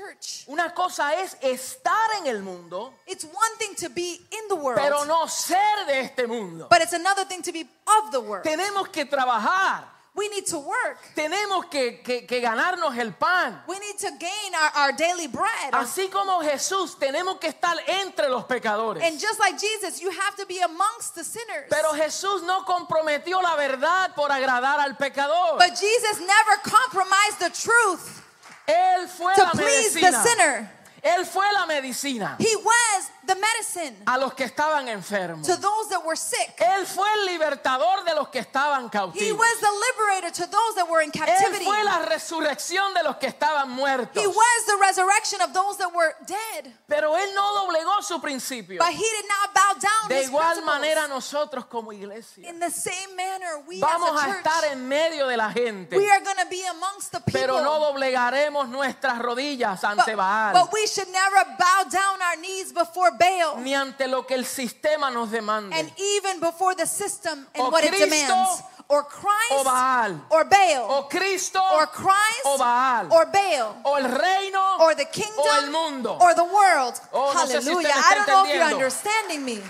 Speaker 1: Una cosa es estar en el mundo,
Speaker 2: It's one thing to be in the world,
Speaker 1: pero no ser de este mundo.
Speaker 2: but it's another thing to be of the world.
Speaker 1: Tenemos que trabajar,
Speaker 2: We need to work.
Speaker 1: tenemos que, que- que ganarnos el pan.
Speaker 2: We need to gain our, our daily bread.
Speaker 1: Así como Jesús, tenemos que estar entre los
Speaker 2: And
Speaker 1: pecadores.
Speaker 2: just like Jesus, you have to be amongst the sinners.
Speaker 1: Pero Jesús no comprometió la verdad por agradar al pecador.
Speaker 2: but Jesus never compromised the truth
Speaker 1: Él fue
Speaker 2: to
Speaker 1: la
Speaker 2: please the
Speaker 1: medicina.
Speaker 2: sinner.
Speaker 1: Él fue la medicina
Speaker 2: He was the medicine
Speaker 1: a los que estaban enfermos.
Speaker 2: to those that were sick.
Speaker 1: Él fue el libertador de los que estaban
Speaker 2: He
Speaker 1: cautivos.
Speaker 2: was the liberator to those that were in
Speaker 1: Él
Speaker 2: captivity.
Speaker 1: fue la resurrección de los que estaban muertos.
Speaker 2: He was the resurrection of those that were dead,
Speaker 1: Pero Él no doblegó su principio.
Speaker 2: but he did not bow down.
Speaker 1: De
Speaker 2: his
Speaker 1: igual
Speaker 2: principles.
Speaker 1: manera nosotros como iglesia
Speaker 2: in the same manner, we
Speaker 1: vamos
Speaker 2: as
Speaker 1: a
Speaker 2: a church,
Speaker 1: estar en medio de la gente.
Speaker 2: we are going to be amongst the people.
Speaker 1: Pero no doblegaremos nuestras rodillas ante
Speaker 2: but,
Speaker 1: Baal
Speaker 2: but we should never bow down our knees before Baal,
Speaker 1: ni ante lo que el sistema nos
Speaker 2: and
Speaker 1: demande.
Speaker 2: even before the system and
Speaker 1: O
Speaker 2: what
Speaker 1: Cristo
Speaker 2: it demands, or Christ,
Speaker 1: o Baal.
Speaker 2: or Baal,
Speaker 1: O Cristo
Speaker 2: or Christ,
Speaker 1: o Baal.
Speaker 2: or Baal,
Speaker 1: o el reino
Speaker 2: or the kingdom,
Speaker 1: o el mundo
Speaker 2: or the world.
Speaker 1: Oh, no sé si usted me
Speaker 2: Hallelujah!
Speaker 1: está
Speaker 2: I don't know if you're
Speaker 1: entendiendo.
Speaker 2: understanding me.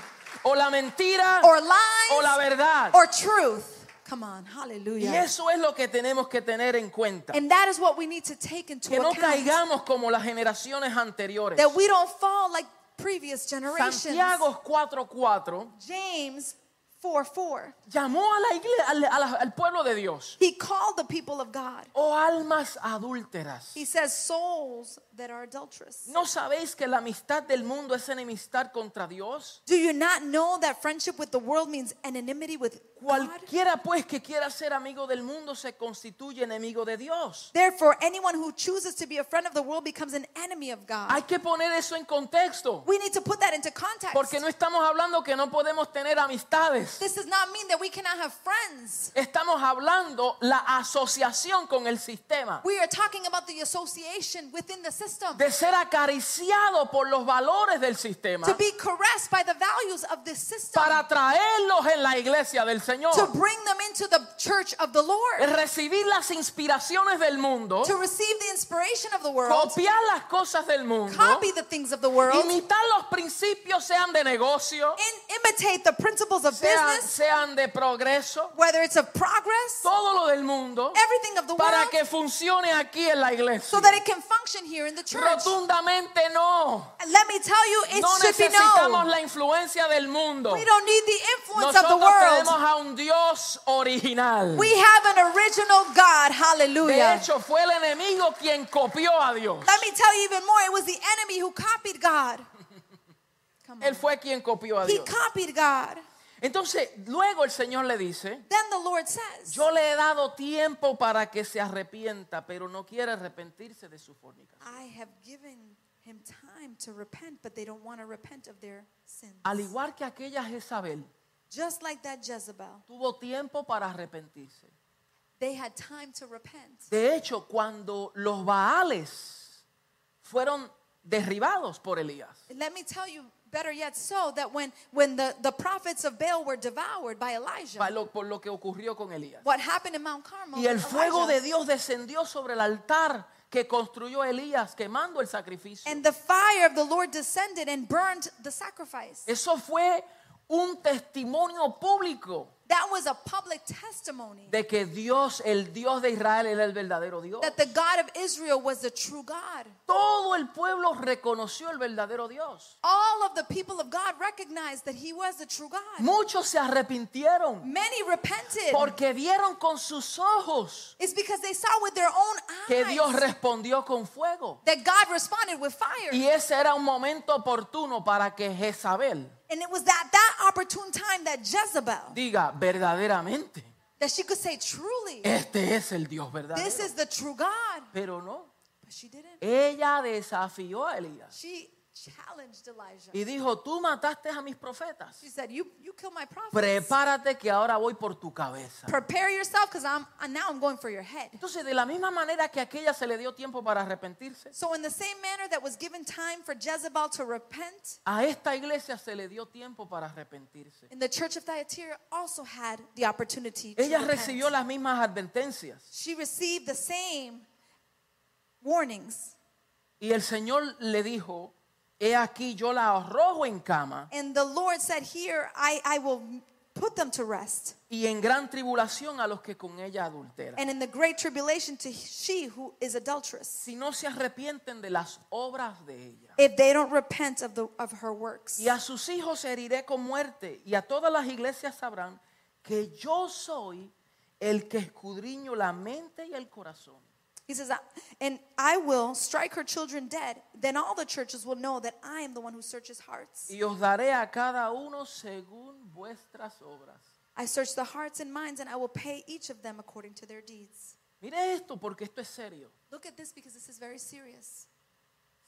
Speaker 1: o la mentira
Speaker 2: or lies
Speaker 1: o la verdad.
Speaker 2: or truth. Come on,
Speaker 1: Y
Speaker 2: hallelujah.
Speaker 1: eso es lo que tenemos que tener en cuenta.
Speaker 2: And that is what we need to take into
Speaker 1: Que no
Speaker 2: account
Speaker 1: caigamos como las generaciones anteriores.
Speaker 2: that we don't fall like previous generations.
Speaker 1: Santiago 4:4
Speaker 2: James 4 4.
Speaker 1: llamó a la igle- al, a la- al pueblo de Dios.
Speaker 2: He called the people of God.
Speaker 1: Oh almas adúlteras.
Speaker 2: He says, souls that are adulterous.
Speaker 1: ¿No sabéis que la amistad del mundo es enemistad contra Dios?
Speaker 2: Do you not know that friendship with the world means anonymity with God?
Speaker 1: Cualquiera pues que quiera ser amigo del mundo se constituye enemigo de Dios.
Speaker 2: Therefore, anyone who chooses to be a friend of the world becomes an enemy of God.
Speaker 1: Hay que poner eso en contexto.
Speaker 2: we need to put that into context.
Speaker 1: Porque no estamos hablando que no podemos tener amistades.
Speaker 2: this does not mean that we cannot have friends.
Speaker 1: Estamos hablando la asociación con el sistema.
Speaker 2: We are talking about the association within the system.
Speaker 1: De ser acariciado por los valores del sistema
Speaker 2: To be caressed by the values of this system.
Speaker 1: para traerlos en la iglesia del
Speaker 2: To
Speaker 1: Señor.
Speaker 2: bring them into the church of the Lord.
Speaker 1: Recibir las inspiraciones del mundo.
Speaker 2: To receive the inspiration of the world.
Speaker 1: Copiar las cosas del mundo.
Speaker 2: Copy the things of the world.
Speaker 1: Imitar los principios sean de negocio,
Speaker 2: And imitate the principles of
Speaker 1: sean sean,
Speaker 2: business,
Speaker 1: sean de progreso,
Speaker 2: whether it's of progress,
Speaker 1: todo lo del mundo,
Speaker 2: everything of the
Speaker 1: para
Speaker 2: world,
Speaker 1: que funcione aquí en la iglesia.
Speaker 2: so that it can function here in the church.
Speaker 1: Rotundamente no.
Speaker 2: And Let me tell you, it
Speaker 1: No
Speaker 2: should be known.
Speaker 1: necesitamos la influencia del mundo.
Speaker 2: We don't need the influence of the
Speaker 1: Nosotros tenemos
Speaker 2: world.
Speaker 1: a un Dios original.
Speaker 2: We have an original God.
Speaker 1: De
Speaker 2: Hallelujah.
Speaker 1: hecho, fue el enemigo quien copió a Dios.
Speaker 2: Let me tell you even more. It was the enemy who copied God. Come
Speaker 1: Él
Speaker 2: on.
Speaker 1: fue quien copió a
Speaker 2: He
Speaker 1: Dios.
Speaker 2: copied God.
Speaker 1: Entonces, luego el Señor le dice,
Speaker 2: Then the Lord says,
Speaker 1: yo le he dado tiempo para que se arrepienta, pero no quiere arrepentirse de su fornicación.
Speaker 2: I have given him time to repent, but they don't want to repent of their sins.
Speaker 1: Al igual que aquella Jezabel,
Speaker 2: Just like that Jezebel,
Speaker 1: tuvo tiempo para arrepentirse.
Speaker 2: they had time to repent.
Speaker 1: De hecho, cuando los Baales fueron derribados por Elías,
Speaker 2: And let me tell you, better yet, so that when, when the, the prophets of Baal were devoured by
Speaker 1: pa-
Speaker 2: Elijah,
Speaker 1: lo- por lo que ocurrió con Elías.
Speaker 2: what happened in Mount Carmel,
Speaker 1: Y el fuego
Speaker 2: Elijah-
Speaker 1: de Dios descendió sobre el altar que construyó Elías quemando el sacrificio.
Speaker 2: and the fire of the Lord descended and burned the sacrifice.
Speaker 1: Eso fue un testimonio público
Speaker 2: That was a public testimony
Speaker 1: de que Dios, el Dios de Israel, era el verdadero Dios.
Speaker 2: that the God of Israel was the true God.
Speaker 1: Todo el pueblo reconoció el verdadero Dios.
Speaker 2: All of the people of God recognized that he was the true God.
Speaker 1: Muchos se arrepintieron
Speaker 2: Many repented.
Speaker 1: porque vieron con sus ojos
Speaker 2: It's because they saw with their
Speaker 1: que Dios
Speaker 2: own eyes
Speaker 1: respondió con fuego.
Speaker 2: that God responded with fire.
Speaker 1: Y ese era un momento oportuno para que Jezabel
Speaker 2: And it was that that opportune time that Jezebel
Speaker 1: diga verdaderamente,
Speaker 2: that she could say truly
Speaker 1: este es el Dios
Speaker 2: this
Speaker 1: verdadero.
Speaker 2: is the true God.
Speaker 1: Pero no,
Speaker 2: But she didn't.
Speaker 1: ella desafió a Elías
Speaker 2: She challenged Elijah.
Speaker 1: y dijo, tú mataste a mis profetas.
Speaker 2: She said, "You you kill my prophets.
Speaker 1: Prepárate que ahora voy por tu cabeza.
Speaker 2: Prepare yourself cuz I'm now I'm going for your head."
Speaker 1: Entonces, de la misma manera que a aquella se le dio tiempo para arrepentirse,
Speaker 2: So, in the same manner that was given time for Jezebel to repent,
Speaker 1: a esta iglesia se le dio tiempo para arrepentirse.
Speaker 2: in the church of Thyatira also had the opportunity to
Speaker 1: Ella
Speaker 2: repent.
Speaker 1: recibió las mismas advertencias
Speaker 2: She received the same warnings.
Speaker 1: y el Señor le dijo, he aquí yo la arrojo en cama
Speaker 2: And the Lord said, Here, I, I will put them to rest.
Speaker 1: y en gran tribulación a los que con ella adulteran.
Speaker 2: And in the great tribulation to she who is adulterous,
Speaker 1: Si no se arrepienten de las obras de ella.
Speaker 2: if they don't repent of, the, of her works.
Speaker 1: Y a sus hijos heriré con muerte y a todas las iglesias sabrán que yo soy el que escudriño la mente y el corazón.
Speaker 2: He says, "I- And I will strike her children dead. Then all the churches will know that I am the one who searches hearts.
Speaker 1: Y os daré a cada uno según vuestras obras.
Speaker 2: I search the hearts and minds, and I will pay each of them according to their deeds.
Speaker 1: Mire esto porque esto es serio.
Speaker 2: Look at this because this is very serious.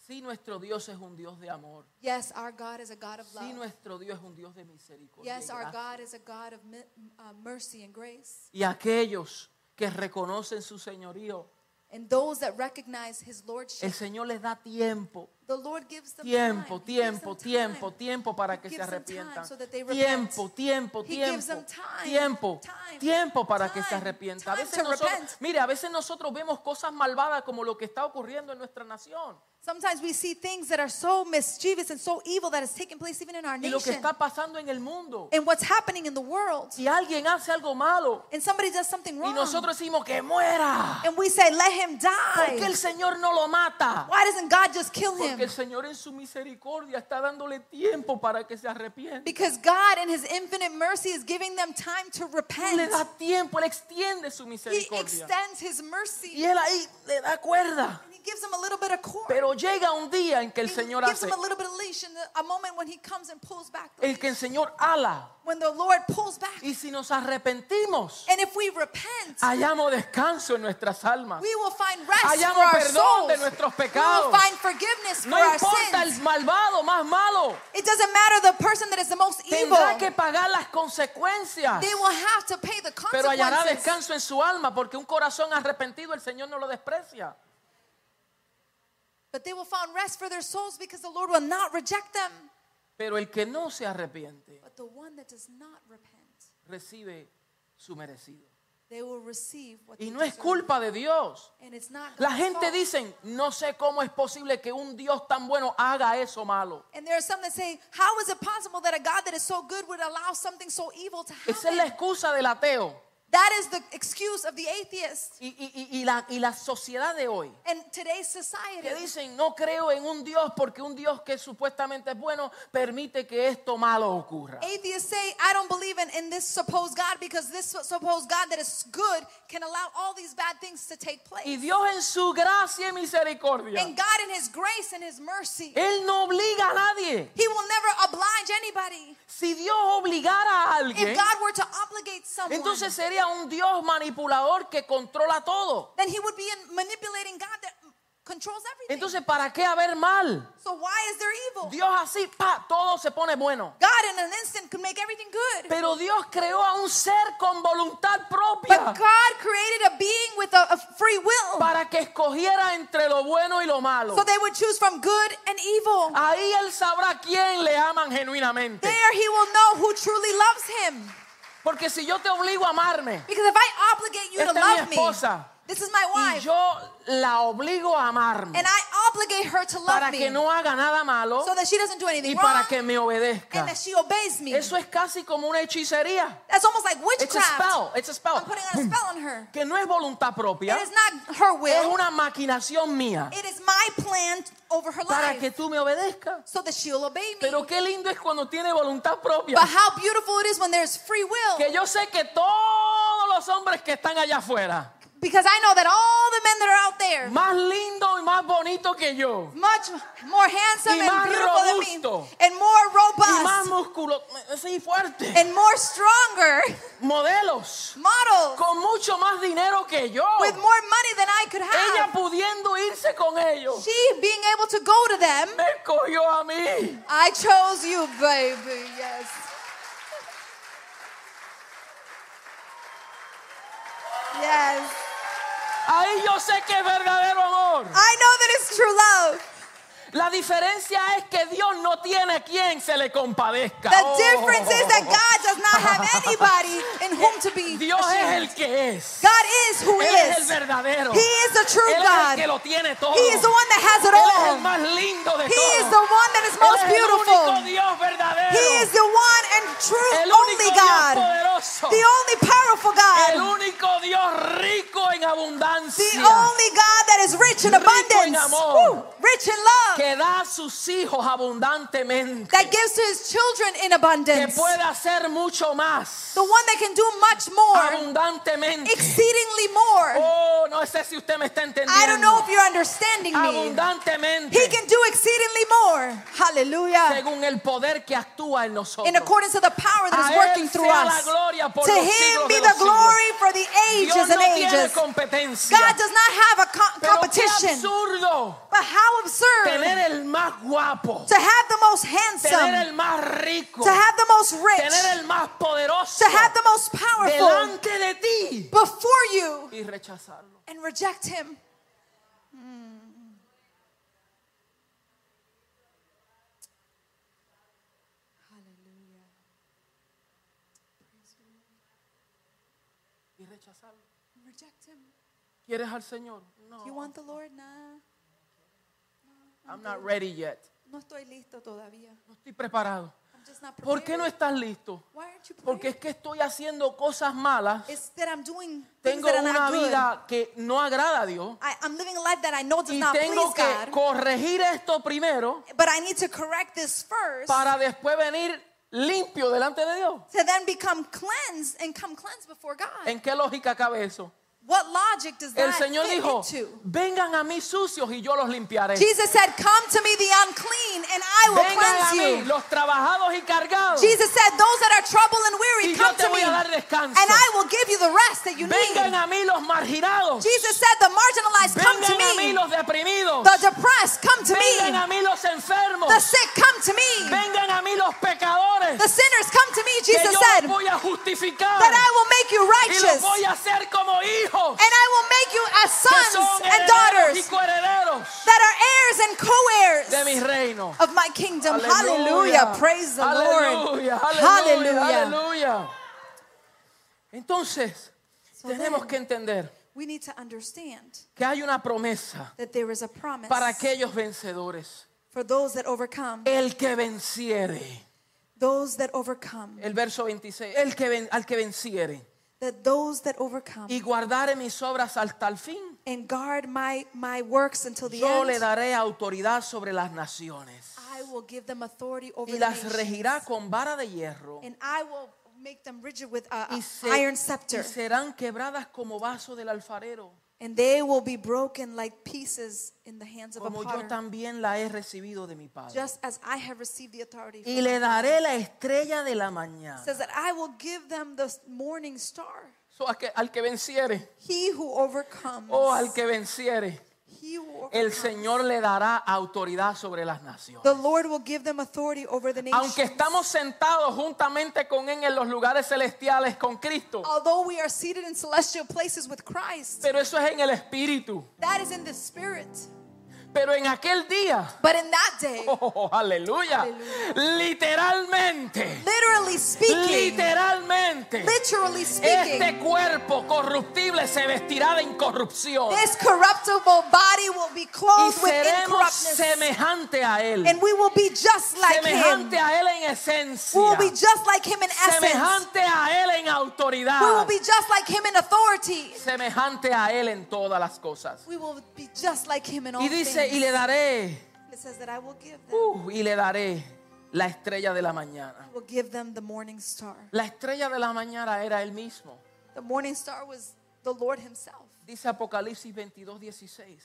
Speaker 1: Si nuestro Dios es un Dios de amor,
Speaker 2: Yes, our God is a God of
Speaker 1: si
Speaker 2: love.
Speaker 1: nuestro Dios es un Dios de misericordia. y
Speaker 2: Yes, our
Speaker 1: gracia.
Speaker 2: God is a God of mi- uh, mercy and grace.
Speaker 1: Y aquellos que reconocen su señorío,
Speaker 2: And those that recognize His
Speaker 1: el
Speaker 2: lordship,
Speaker 1: Señor les da tiempo.
Speaker 2: the Lord gives them
Speaker 1: Tiempo,
Speaker 2: time. He gives
Speaker 1: tiempo,
Speaker 2: them
Speaker 1: tiempo,
Speaker 2: time.
Speaker 1: tiempo para
Speaker 2: He
Speaker 1: que se
Speaker 2: gives them time
Speaker 1: arrepientan.
Speaker 2: so that they repent.
Speaker 1: Tiempo, tiempo,
Speaker 2: He
Speaker 1: tiempo.
Speaker 2: gives them time,
Speaker 1: Tiempo,
Speaker 2: time,
Speaker 1: tiempo para que se
Speaker 2: time,
Speaker 1: arrepientan. A
Speaker 2: time
Speaker 1: veces
Speaker 2: to
Speaker 1: nosotros,
Speaker 2: repent.
Speaker 1: mire, a veces nosotros vemos cosas malvadas como lo que está ocurriendo en nuestra nación
Speaker 2: Sometimes we see things that are so mischievous and so evil that is taking place even in our
Speaker 1: y lo que
Speaker 2: nation
Speaker 1: está pasando en el mundo.
Speaker 2: and what's happening in the world.
Speaker 1: Si alguien hace algo malo
Speaker 2: And somebody does something
Speaker 1: y
Speaker 2: wrong.
Speaker 1: nosotros decimos que muera,
Speaker 2: and we say, Let him
Speaker 1: ¿por qué
Speaker 2: die.
Speaker 1: el Señor no lo mata?
Speaker 2: Why doesn't God just kill him?
Speaker 1: Porque el Señor en su misericordia está dándole tiempo para que se arrepienta.
Speaker 2: Because God in his infinite mercy is giving them time to
Speaker 1: Él le
Speaker 2: repent.
Speaker 1: da tiempo, Él extiende su
Speaker 2: He
Speaker 1: misericordia.
Speaker 2: extends his
Speaker 1: Y
Speaker 2: mercy
Speaker 1: él ahí le da cuerda.
Speaker 2: and he gives them a little bit of cord.
Speaker 1: Pero llega un día en que el
Speaker 2: He
Speaker 1: Señor
Speaker 2: gives
Speaker 1: hace,
Speaker 2: them a little bit of leash and a moment when he comes and pulls back the
Speaker 1: el
Speaker 2: leash.
Speaker 1: que el Señor ala.
Speaker 2: When the Lord pulls back.
Speaker 1: Y Ah, si nos arrepentimos,
Speaker 2: And if we repent,
Speaker 1: hallamos descanso en nuestras almas.
Speaker 2: we will find rest
Speaker 1: Hallamos
Speaker 2: for our
Speaker 1: perdón
Speaker 2: souls.
Speaker 1: de nuestros
Speaker 2: We will
Speaker 1: pecados.
Speaker 2: find forgiveness for
Speaker 1: No
Speaker 2: our
Speaker 1: importa el
Speaker 2: sins.
Speaker 1: malvado más malo,
Speaker 2: It doesn't matter the person that is the most evil.
Speaker 1: tendrá que pagar las consecuencias.
Speaker 2: They will have to pay the
Speaker 1: Pero hallará
Speaker 2: consequences.
Speaker 1: descanso en su alma porque un corazón arrepentido el Señor no lo desprecia.
Speaker 2: But they will find rest for their souls because the Lord will not reject them.
Speaker 1: Pero el que no se arrepiente
Speaker 2: But the one that does not repent
Speaker 1: recibe su merecido.
Speaker 2: They will receive what
Speaker 1: Y
Speaker 2: they
Speaker 1: no es
Speaker 2: deserve.
Speaker 1: culpa de Dios.
Speaker 2: And it's not
Speaker 1: La
Speaker 2: God's
Speaker 1: gente
Speaker 2: fault.
Speaker 1: dice, no sé cómo es posible que un Dios tan bueno haga eso malo.
Speaker 2: And there are some that say, how is it possible that a God that is so good would allow something so evil to happen?
Speaker 1: Esa es la excusa del ateo.
Speaker 2: That is the excuse of the atheist
Speaker 1: Y, y- y- y la, y la sociedad de hoy.
Speaker 2: and today's
Speaker 1: Que
Speaker 2: society.
Speaker 1: dicen, no creo en un Dios porque un Dios que supuestamente es bueno permite que esto malo ocurra.
Speaker 2: Atheists say, I don't believe in, in this supposed God because this supposed God that is good can allow all these bad things to take place.
Speaker 1: Y Dios en su gracia y misericordia,
Speaker 2: And God in His grace and His mercy,
Speaker 1: Él no obliga a nadie.
Speaker 2: He will never oblige anybody.
Speaker 1: Si Dios obligara a
Speaker 2: If
Speaker 1: alguien,
Speaker 2: God were to obligate someone,
Speaker 1: entonces sería un Dios manipulador que controla todo.
Speaker 2: then He would be in manipulating God that controls everything.
Speaker 1: Entonces, ¿para qué haber mal?
Speaker 2: so why is there evil?
Speaker 1: Dios así, pa, todo se pone bueno.
Speaker 2: God in an instant could make everything good.
Speaker 1: Pero Dios creó a un ser con voluntad propia
Speaker 2: But God created a being with a, a free will.
Speaker 1: para que escogiera entre lo bueno y lo malo.
Speaker 2: So they would choose from good and evil.
Speaker 1: Ahí él sabrá quién le aman genuinamente.
Speaker 2: There he will know who truly loves him.
Speaker 1: Porque si yo te obligo a amarme
Speaker 2: Because if I obligate you to
Speaker 1: Esta es mi
Speaker 2: love
Speaker 1: esposa.
Speaker 2: me, this is my
Speaker 1: y
Speaker 2: wife,
Speaker 1: yo la obligo a amarme
Speaker 2: and I obligate her to
Speaker 1: para
Speaker 2: love
Speaker 1: que
Speaker 2: me
Speaker 1: no haga nada malo
Speaker 2: so that she doesn't do anything
Speaker 1: y
Speaker 2: wrong
Speaker 1: para que me
Speaker 2: and
Speaker 1: obedezca.
Speaker 2: that she obeys me.
Speaker 1: Eso es casi como una hechicería.
Speaker 2: That's almost like
Speaker 1: It's a
Speaker 2: witchcraft.
Speaker 1: spell, it's a
Speaker 2: I'm
Speaker 1: spell.
Speaker 2: putting a spell on her.
Speaker 1: Que no es voluntad
Speaker 2: It
Speaker 1: propia,
Speaker 2: is not her
Speaker 1: es
Speaker 2: will,
Speaker 1: una maquinación mía
Speaker 2: it is my plan over her
Speaker 1: para
Speaker 2: life
Speaker 1: que tú me obedezcas.
Speaker 2: so that she'll obey me.
Speaker 1: Pero qué lindo es cuando tiene voluntad propia.
Speaker 2: But how beautiful it is when there's free will.
Speaker 1: Que yo sé que todos los hombres que están allá afuera,
Speaker 2: Because I know that all the men that are out there,
Speaker 1: más lindo y más bonito que yo,
Speaker 2: much more handsome
Speaker 1: Y más
Speaker 2: and beautiful than me,
Speaker 1: robusto.
Speaker 2: and more
Speaker 1: y más
Speaker 2: robust,
Speaker 1: músculo, sí, fuerte,
Speaker 2: and more stronger
Speaker 1: modelos,
Speaker 2: models
Speaker 1: con mucho más dinero que yo,
Speaker 2: with more money than I could
Speaker 1: ella
Speaker 2: have.
Speaker 1: pudiendo irse con ellos,
Speaker 2: She being able to go to them,
Speaker 1: me escogió a mí.
Speaker 2: I chose you, baby. Yes. Yes.
Speaker 1: Ahí yo sé que es verdadero amor.
Speaker 2: I know that it's true love.
Speaker 1: La diferencia es que Dios no tiene a quien se le compadezca.
Speaker 2: The
Speaker 1: Oh.
Speaker 2: difference is that God does not have anybody in whom to be
Speaker 1: Oh. Dios es
Speaker 2: ashamed.
Speaker 1: el que es.
Speaker 2: God is who
Speaker 1: Él es el
Speaker 2: is.
Speaker 1: verdadero.
Speaker 2: He is the true
Speaker 1: Él es el
Speaker 2: God.
Speaker 1: que lo tiene todo.
Speaker 2: He is the one that has it
Speaker 1: Él es el
Speaker 2: all.
Speaker 1: más lindo de
Speaker 2: He
Speaker 1: todos.
Speaker 2: is the one that is
Speaker 1: Él
Speaker 2: most
Speaker 1: es El único
Speaker 2: beautiful.
Speaker 1: Dios verdadero.
Speaker 2: He is the one and true
Speaker 1: el único
Speaker 2: only
Speaker 1: Dios
Speaker 2: God.
Speaker 1: poderoso.
Speaker 2: The only powerful
Speaker 1: el
Speaker 2: God.
Speaker 1: único Dios rico en
Speaker 2: The
Speaker 1: abundancia.
Speaker 2: only God that is rich in
Speaker 1: Rico en
Speaker 2: abundance.
Speaker 1: amor.
Speaker 2: Woo! Rich in love.
Speaker 1: que da a sus hijos abundantemente.
Speaker 2: That gives to his children in
Speaker 1: Que
Speaker 2: abundance.
Speaker 1: puede hacer mucho más.
Speaker 2: The one that can do much more.
Speaker 1: Abundantemente.
Speaker 2: Exceedingly more.
Speaker 1: Oh, no sé si usted me está entendiendo.
Speaker 2: I don't know if you're understanding me.
Speaker 1: Abundantemente.
Speaker 2: He can do exceedingly more. Hallelujah.
Speaker 1: según el poder que actúa en nosotros.
Speaker 2: In accordance to the power that
Speaker 1: A
Speaker 2: is
Speaker 1: él
Speaker 2: working through
Speaker 1: sea la
Speaker 2: us.
Speaker 1: gloria por
Speaker 2: To
Speaker 1: los
Speaker 2: him
Speaker 1: siglos
Speaker 2: be
Speaker 1: de
Speaker 2: the
Speaker 1: los
Speaker 2: glory for the
Speaker 1: Dios
Speaker 2: ages
Speaker 1: no
Speaker 2: and
Speaker 1: tiene
Speaker 2: ages.
Speaker 1: competencia.
Speaker 2: God does not have a co-
Speaker 1: Pero qué
Speaker 2: competition.
Speaker 1: absurdo
Speaker 2: But how absurd
Speaker 1: tener el más guapo,
Speaker 2: to have the most
Speaker 1: tener
Speaker 2: handsome,
Speaker 1: el más rico,
Speaker 2: to have the most
Speaker 1: tener
Speaker 2: rich,
Speaker 1: el más poderoso
Speaker 2: to have the most powerful
Speaker 1: delante de ti
Speaker 2: before you
Speaker 1: y rechazarlo.
Speaker 2: and reject him.
Speaker 1: Y rechazarlo.
Speaker 2: Reject him.
Speaker 1: ¿Quieres al Señor?
Speaker 2: You
Speaker 1: No.
Speaker 2: want the Lord? Nah,
Speaker 1: I'm not ready yet.
Speaker 2: no estoy listo todavía.
Speaker 1: No estoy preparado.
Speaker 2: I'm just not
Speaker 1: ¿Por qué no
Speaker 2: prepared.
Speaker 1: estás listo?
Speaker 2: Why aren't you prepared?
Speaker 1: Porque es que estoy haciendo cosas malas.
Speaker 2: It's that I'm doing things
Speaker 1: Tengo
Speaker 2: that are
Speaker 1: una
Speaker 2: not good.
Speaker 1: vida que no agrada a Dios.
Speaker 2: I, I'm living a life that I know does
Speaker 1: Y
Speaker 2: not
Speaker 1: tengo
Speaker 2: please
Speaker 1: que
Speaker 2: God,
Speaker 1: corregir esto primero
Speaker 2: but I need to correct this first
Speaker 1: para después venir limpio delante de Dios.
Speaker 2: to then become cleansed and come cleansed before God.
Speaker 1: ¿En qué lógica cabe eso?
Speaker 2: what logic does
Speaker 1: El
Speaker 2: that
Speaker 1: Señor
Speaker 2: fit
Speaker 1: dijo,
Speaker 2: into?
Speaker 1: vengan a mí sucios y yo los limpiaré.
Speaker 2: Jesus said, "Come to me, the unclean, and I will
Speaker 1: Vengan a mí
Speaker 2: cleanse you."
Speaker 1: los trabajados y cargados y
Speaker 2: Jesus said, "Those that are troubled and weary,
Speaker 1: yo
Speaker 2: come
Speaker 1: te
Speaker 2: to
Speaker 1: voy
Speaker 2: me,
Speaker 1: a dar
Speaker 2: and
Speaker 1: descanso.
Speaker 2: I will give you the rest that you
Speaker 1: Vengan
Speaker 2: need."
Speaker 1: a mí los marginados.
Speaker 2: Jesus said, "The marginalized, come to
Speaker 1: Vengan a mí
Speaker 2: me;
Speaker 1: los deprimidos.
Speaker 2: the depressed, come to
Speaker 1: Vengan
Speaker 2: me;
Speaker 1: a mí los enfermos.
Speaker 2: the sick, come to me;
Speaker 1: Vengan a mí los pecadores.
Speaker 2: the sinners, come to me."
Speaker 1: Que
Speaker 2: Jesus
Speaker 1: yo
Speaker 2: said,
Speaker 1: los voy a justificar
Speaker 2: that I will make you
Speaker 1: y los
Speaker 2: righteous,
Speaker 1: voy a hacer como hijos.
Speaker 2: and I will make you as
Speaker 1: que
Speaker 2: sons
Speaker 1: son
Speaker 2: and
Speaker 1: herederos y
Speaker 2: daughters
Speaker 1: coherederos
Speaker 2: that are heirs and co-heirs
Speaker 1: de mi reino.
Speaker 2: of my kingdom.
Speaker 1: Aleluya.
Speaker 2: Um, Hallelujah! Praise the
Speaker 1: Aleluya,
Speaker 2: Lord!
Speaker 1: Aleluya,
Speaker 2: Hallelujah!
Speaker 1: aleluya. Entonces,
Speaker 2: So
Speaker 1: Tenemos
Speaker 2: then,
Speaker 1: que entender
Speaker 2: we need to understand
Speaker 1: que hay una promesa
Speaker 2: that there is a promise
Speaker 1: para aquellos vencedores.
Speaker 2: for those that overcome.
Speaker 1: El que venciere.
Speaker 2: Those that overcome.
Speaker 1: El verso 26. El que ven- al que venciere.
Speaker 2: That those that overcome.
Speaker 1: Y guardare mis obras hasta el fin.
Speaker 2: and guard my, my works until the
Speaker 1: Yo
Speaker 2: end.
Speaker 1: le daré autoridad sobre las naciones.
Speaker 2: I will give them authority over
Speaker 1: Y
Speaker 2: the
Speaker 1: las
Speaker 2: nations,
Speaker 1: regirá con vara de hierro.
Speaker 2: and I will make them rigid with a,
Speaker 1: Y,
Speaker 2: a
Speaker 1: se-
Speaker 2: iron scepter,
Speaker 1: y serán quebradas como vaso del alfarero.
Speaker 2: and they will be broken like pieces in the hands of a
Speaker 1: Como yo
Speaker 2: potter,
Speaker 1: también la he recibido de mi padre.
Speaker 2: just as I have received the authority.
Speaker 1: Y
Speaker 2: from
Speaker 1: le
Speaker 2: my Father.
Speaker 1: daré la estrella de la
Speaker 2: It
Speaker 1: mañana.
Speaker 2: says that I will give them the morning star.
Speaker 1: So, a que- al que venciere.
Speaker 2: He who overcomes,
Speaker 1: Oh, al que venciere.
Speaker 2: he who
Speaker 1: El
Speaker 2: overcomes,
Speaker 1: Señor le dará autoridad sobre las naciones.
Speaker 2: the Lord will give them authority over the nations.
Speaker 1: Aunque estamos sentados juntamente con Él en los lugares celestiales con Cristo,
Speaker 2: Although we are seated in celestial places with Christ,
Speaker 1: pero eso es en el Espíritu.
Speaker 2: that is in the spirit.
Speaker 1: Pero en aquel día,
Speaker 2: But in that day,
Speaker 1: oh, aleluya, literalmente,
Speaker 2: literally speaking,
Speaker 1: literalmente,
Speaker 2: literally
Speaker 1: este
Speaker 2: speaking,
Speaker 1: cuerpo corruptible se vestirá de incorrupción
Speaker 2: this corruptible body will be
Speaker 1: y
Speaker 2: clothed with
Speaker 1: seremos
Speaker 2: incorruptness,
Speaker 1: semejante a Él,
Speaker 2: and we will be just like him.
Speaker 1: semejante
Speaker 2: We
Speaker 1: a Él en esencia,
Speaker 2: will be just like him in essence.
Speaker 1: semejante a Él en
Speaker 2: We will
Speaker 1: autoridad,
Speaker 2: be just like him in authority.
Speaker 1: semejante a Él en todas las cosas.
Speaker 2: We will be just like him in all
Speaker 1: Y dice, y
Speaker 2: things.
Speaker 1: le daré,
Speaker 2: It says that I will give them,
Speaker 1: uh, y le daré la estrella de la mañana.
Speaker 2: I will give them the morning star.
Speaker 1: La estrella de la mañana era él mismo.
Speaker 2: The morning star was the Lord himself.
Speaker 1: Dice Apocalipsis 22, 16,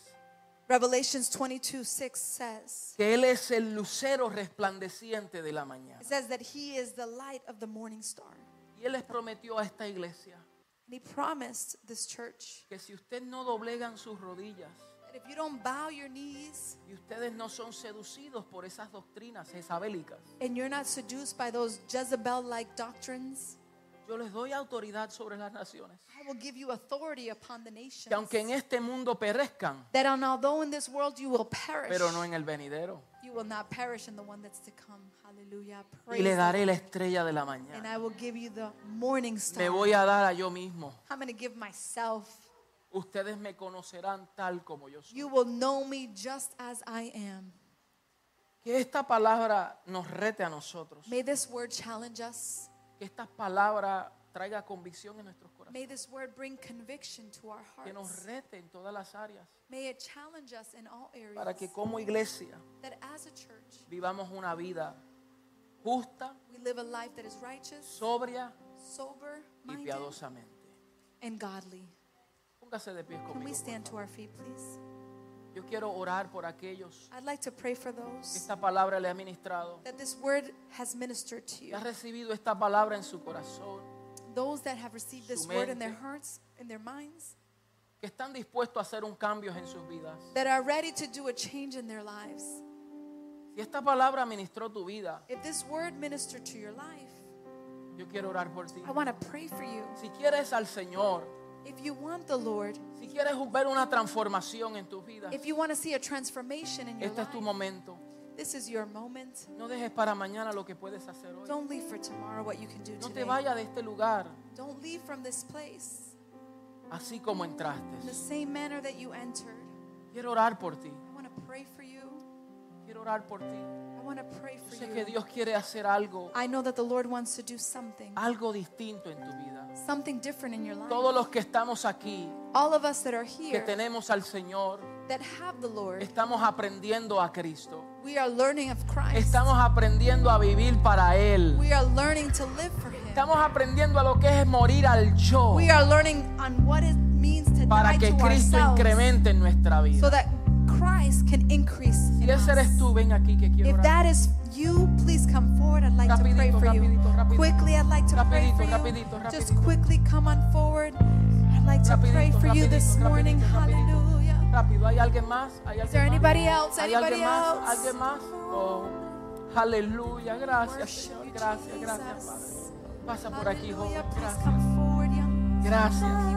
Speaker 2: Revelations 22, 6 says,
Speaker 1: que él es el lucero resplandeciente de la mañana.
Speaker 2: it says that he is the light of the morning star.
Speaker 1: Y él les prometió a esta iglesia
Speaker 2: And he promised this church
Speaker 1: que si ustedes no doblegan sus rodillas
Speaker 2: that if you don't bow your knees
Speaker 1: y ustedes no son seducidos por esas doctrinas jezabélicas,
Speaker 2: and you're not seduced by those Jezebel like doctrines,
Speaker 1: yo les doy autoridad sobre las naciones.
Speaker 2: I will give you authority upon the nations.
Speaker 1: Que aunque en e- este mundo perezcan,
Speaker 2: that on, although in this world you will perish,
Speaker 1: pero no en el venidero.
Speaker 2: you will not perish in the one that's to come. Hallelujah. Praise
Speaker 1: Y le
Speaker 2: the
Speaker 1: daré
Speaker 2: Lord.
Speaker 1: la estrella de la
Speaker 2: And
Speaker 1: mañana.
Speaker 2: I will give you the morning
Speaker 1: Me
Speaker 2: star.
Speaker 1: voy a dar a yo mismo.
Speaker 2: I'm going to give myself.
Speaker 1: Ustedes me conocerán tal como yo soy.
Speaker 2: You will know me just as I am.
Speaker 1: Que esta palabra nos rete a nosotros.
Speaker 2: May this word challenge us.
Speaker 1: Que esta palabra traiga convicción en nuestros corazones.
Speaker 2: May this word bring conviction to our
Speaker 1: Que nos
Speaker 2: hearts.
Speaker 1: rete en todas las áreas.
Speaker 2: May it challenge us in all areas.
Speaker 1: Para que como iglesia
Speaker 2: that as a church,
Speaker 1: vivamos una vida justa,
Speaker 2: we live a life that is righteous,
Speaker 1: sobria
Speaker 2: sober
Speaker 1: y
Speaker 2: minded,
Speaker 1: piadosamente.
Speaker 2: and godly.
Speaker 1: Póngase de pies
Speaker 2: Can
Speaker 1: conmigo.
Speaker 2: we
Speaker 1: por
Speaker 2: stand to
Speaker 1: favor.
Speaker 2: our feet, please?
Speaker 1: Yo quiero orar por aquellos
Speaker 2: I'd like to pray for
Speaker 1: que
Speaker 2: those
Speaker 1: esta palabra le ha ministrado.
Speaker 2: that this word has ministered to
Speaker 1: Que
Speaker 2: you,
Speaker 1: ha recibido esta palabra en su corazón.
Speaker 2: those that have received this
Speaker 1: Su
Speaker 2: word
Speaker 1: mente.
Speaker 2: in their hearts, in their minds,
Speaker 1: que están dispuestos a hacer un cambio en sus vidas.
Speaker 2: that are ready to do a change in their lives.
Speaker 1: Si esta palabra ministró tu vida,
Speaker 2: If this word ministered to your life,
Speaker 1: yo quiero orar por ti.
Speaker 2: I want to pray for you.
Speaker 1: Si quieres al Señor,
Speaker 2: If you want the Lord,
Speaker 1: si quieres ver una transformación en tu vida,
Speaker 2: if you want to see a transformation in your
Speaker 1: este es tu
Speaker 2: life,
Speaker 1: momento.
Speaker 2: this is your moment.
Speaker 1: No dejes para mañana lo que puedes hacer hoy.
Speaker 2: Don't leave for tomorrow what you can do
Speaker 1: No te
Speaker 2: today.
Speaker 1: vayas de este lugar
Speaker 2: Don't leave from this place
Speaker 1: así como
Speaker 2: in the
Speaker 1: entraste.
Speaker 2: same manner that you entered.
Speaker 1: Quiero orar por ti.
Speaker 2: I want to pray for you.
Speaker 1: Quiero orar por ti.
Speaker 2: I want to pray
Speaker 1: Yo
Speaker 2: for
Speaker 1: sé que
Speaker 2: you.
Speaker 1: Dios quiere hacer algo,
Speaker 2: I know that the Lord wants to do something,
Speaker 1: algo distinto en tu vida.
Speaker 2: something different in your
Speaker 1: Todos
Speaker 2: life.
Speaker 1: los que estamos aquí,
Speaker 2: All of us that are
Speaker 1: que
Speaker 2: here
Speaker 1: tenemos al Señor,
Speaker 2: that have the Lord,
Speaker 1: estamos aprendiendo a Cristo.
Speaker 2: we are learning of Christ.
Speaker 1: Estamos aprendiendo a vivir para Él.
Speaker 2: We are learning to live for Him.
Speaker 1: Estamos aprendiendo a lo que es morir al yo
Speaker 2: We are learning on what it means to
Speaker 1: para
Speaker 2: die
Speaker 1: que
Speaker 2: to
Speaker 1: Cristo
Speaker 2: ourselves
Speaker 1: incremente en nuestra
Speaker 2: so
Speaker 1: vida.
Speaker 2: that Christ can increase.
Speaker 1: Si
Speaker 2: in
Speaker 1: ese eres
Speaker 2: us.
Speaker 1: tú, ven aquí que quiero
Speaker 2: If
Speaker 1: orar.
Speaker 2: that is you, please come forward. I'd like to pray
Speaker 1: Rapidito,
Speaker 2: for you.
Speaker 1: rapidito, rapidito.
Speaker 2: Quickly, I'd like to pray
Speaker 1: Rapidito,
Speaker 2: for you.
Speaker 1: rapidito,
Speaker 2: Just
Speaker 1: rapidito.
Speaker 2: quickly come on forward. I'd like to pray
Speaker 1: Rapidito,
Speaker 2: for you
Speaker 1: rapidito,
Speaker 2: this
Speaker 1: rapidito,
Speaker 2: morning.
Speaker 1: rapidito.
Speaker 2: Hallelujah.
Speaker 1: Rápido, ¿hay alguien más? ¿Hay
Speaker 2: Is there
Speaker 1: alguien más?
Speaker 2: anybody else?
Speaker 1: ¿Hay
Speaker 2: Anybody
Speaker 1: alguien más?
Speaker 2: else?
Speaker 1: ¿Alguien más? Oh, aleluya, gracias
Speaker 2: Worship
Speaker 1: Señor,
Speaker 2: you,
Speaker 1: gracias, gracias Padre.
Speaker 2: Jesus.
Speaker 1: Pasa por aquí, joven,
Speaker 2: Hallelujah. Please
Speaker 1: gracias.
Speaker 2: come forward, young.
Speaker 1: Gracias.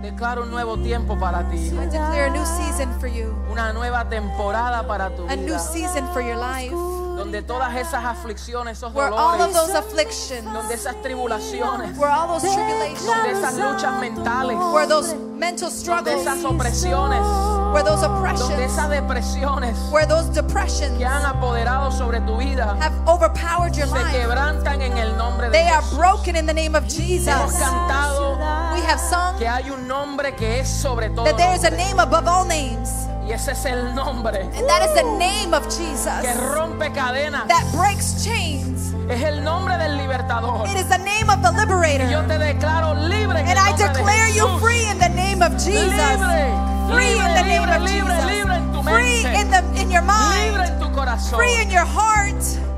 Speaker 1: Declaro un nuevo tiempo para ti,
Speaker 2: I declare a new season for you,
Speaker 1: una nueva temporada para tu
Speaker 2: a new
Speaker 1: vida.
Speaker 2: season for your life.
Speaker 1: donde todas esas aflicciones, esos
Speaker 2: where all
Speaker 1: dolores,
Speaker 2: of those afflictions,
Speaker 1: donde esas tribulaciones,
Speaker 2: where all those
Speaker 1: donde
Speaker 2: tribulations,
Speaker 1: esas luchas mentales,
Speaker 2: where those mental
Speaker 1: de esas
Speaker 2: struggles,
Speaker 1: opresiones,
Speaker 2: where those
Speaker 1: donde
Speaker 2: oppressions,
Speaker 1: esas depresiones
Speaker 2: where those depressions
Speaker 1: que han apoderado sobre tu vida
Speaker 2: have overpowered your
Speaker 1: se
Speaker 2: life.
Speaker 1: quebrantan en el nombre de
Speaker 2: They are
Speaker 1: Jesús.
Speaker 2: broken in the name of
Speaker 1: Hemos
Speaker 2: Jesus.
Speaker 1: cantado
Speaker 2: We have sung
Speaker 1: que hay un nombre que es sobre todo
Speaker 2: that there is a
Speaker 1: nombre,
Speaker 2: name above all names,
Speaker 1: y ese es el nombre
Speaker 2: and that is the name of Jesus
Speaker 1: que rompe cadenas.
Speaker 2: that breaks chains.
Speaker 1: Es el nombre del libertador.
Speaker 2: It is the name of the liberator.
Speaker 1: Yo te declaro libre en el
Speaker 2: And I
Speaker 1: nombre de
Speaker 2: declare you
Speaker 1: Jesús.
Speaker 2: free in the name of Jesus.
Speaker 1: Libre,
Speaker 2: Free in the
Speaker 1: libre,
Speaker 2: name of
Speaker 1: libre, libre, libre en tu
Speaker 2: Jesus. Free
Speaker 1: mente.
Speaker 2: in the in your
Speaker 1: libre
Speaker 2: mind.
Speaker 1: en tu corazón.
Speaker 2: Free in your heart.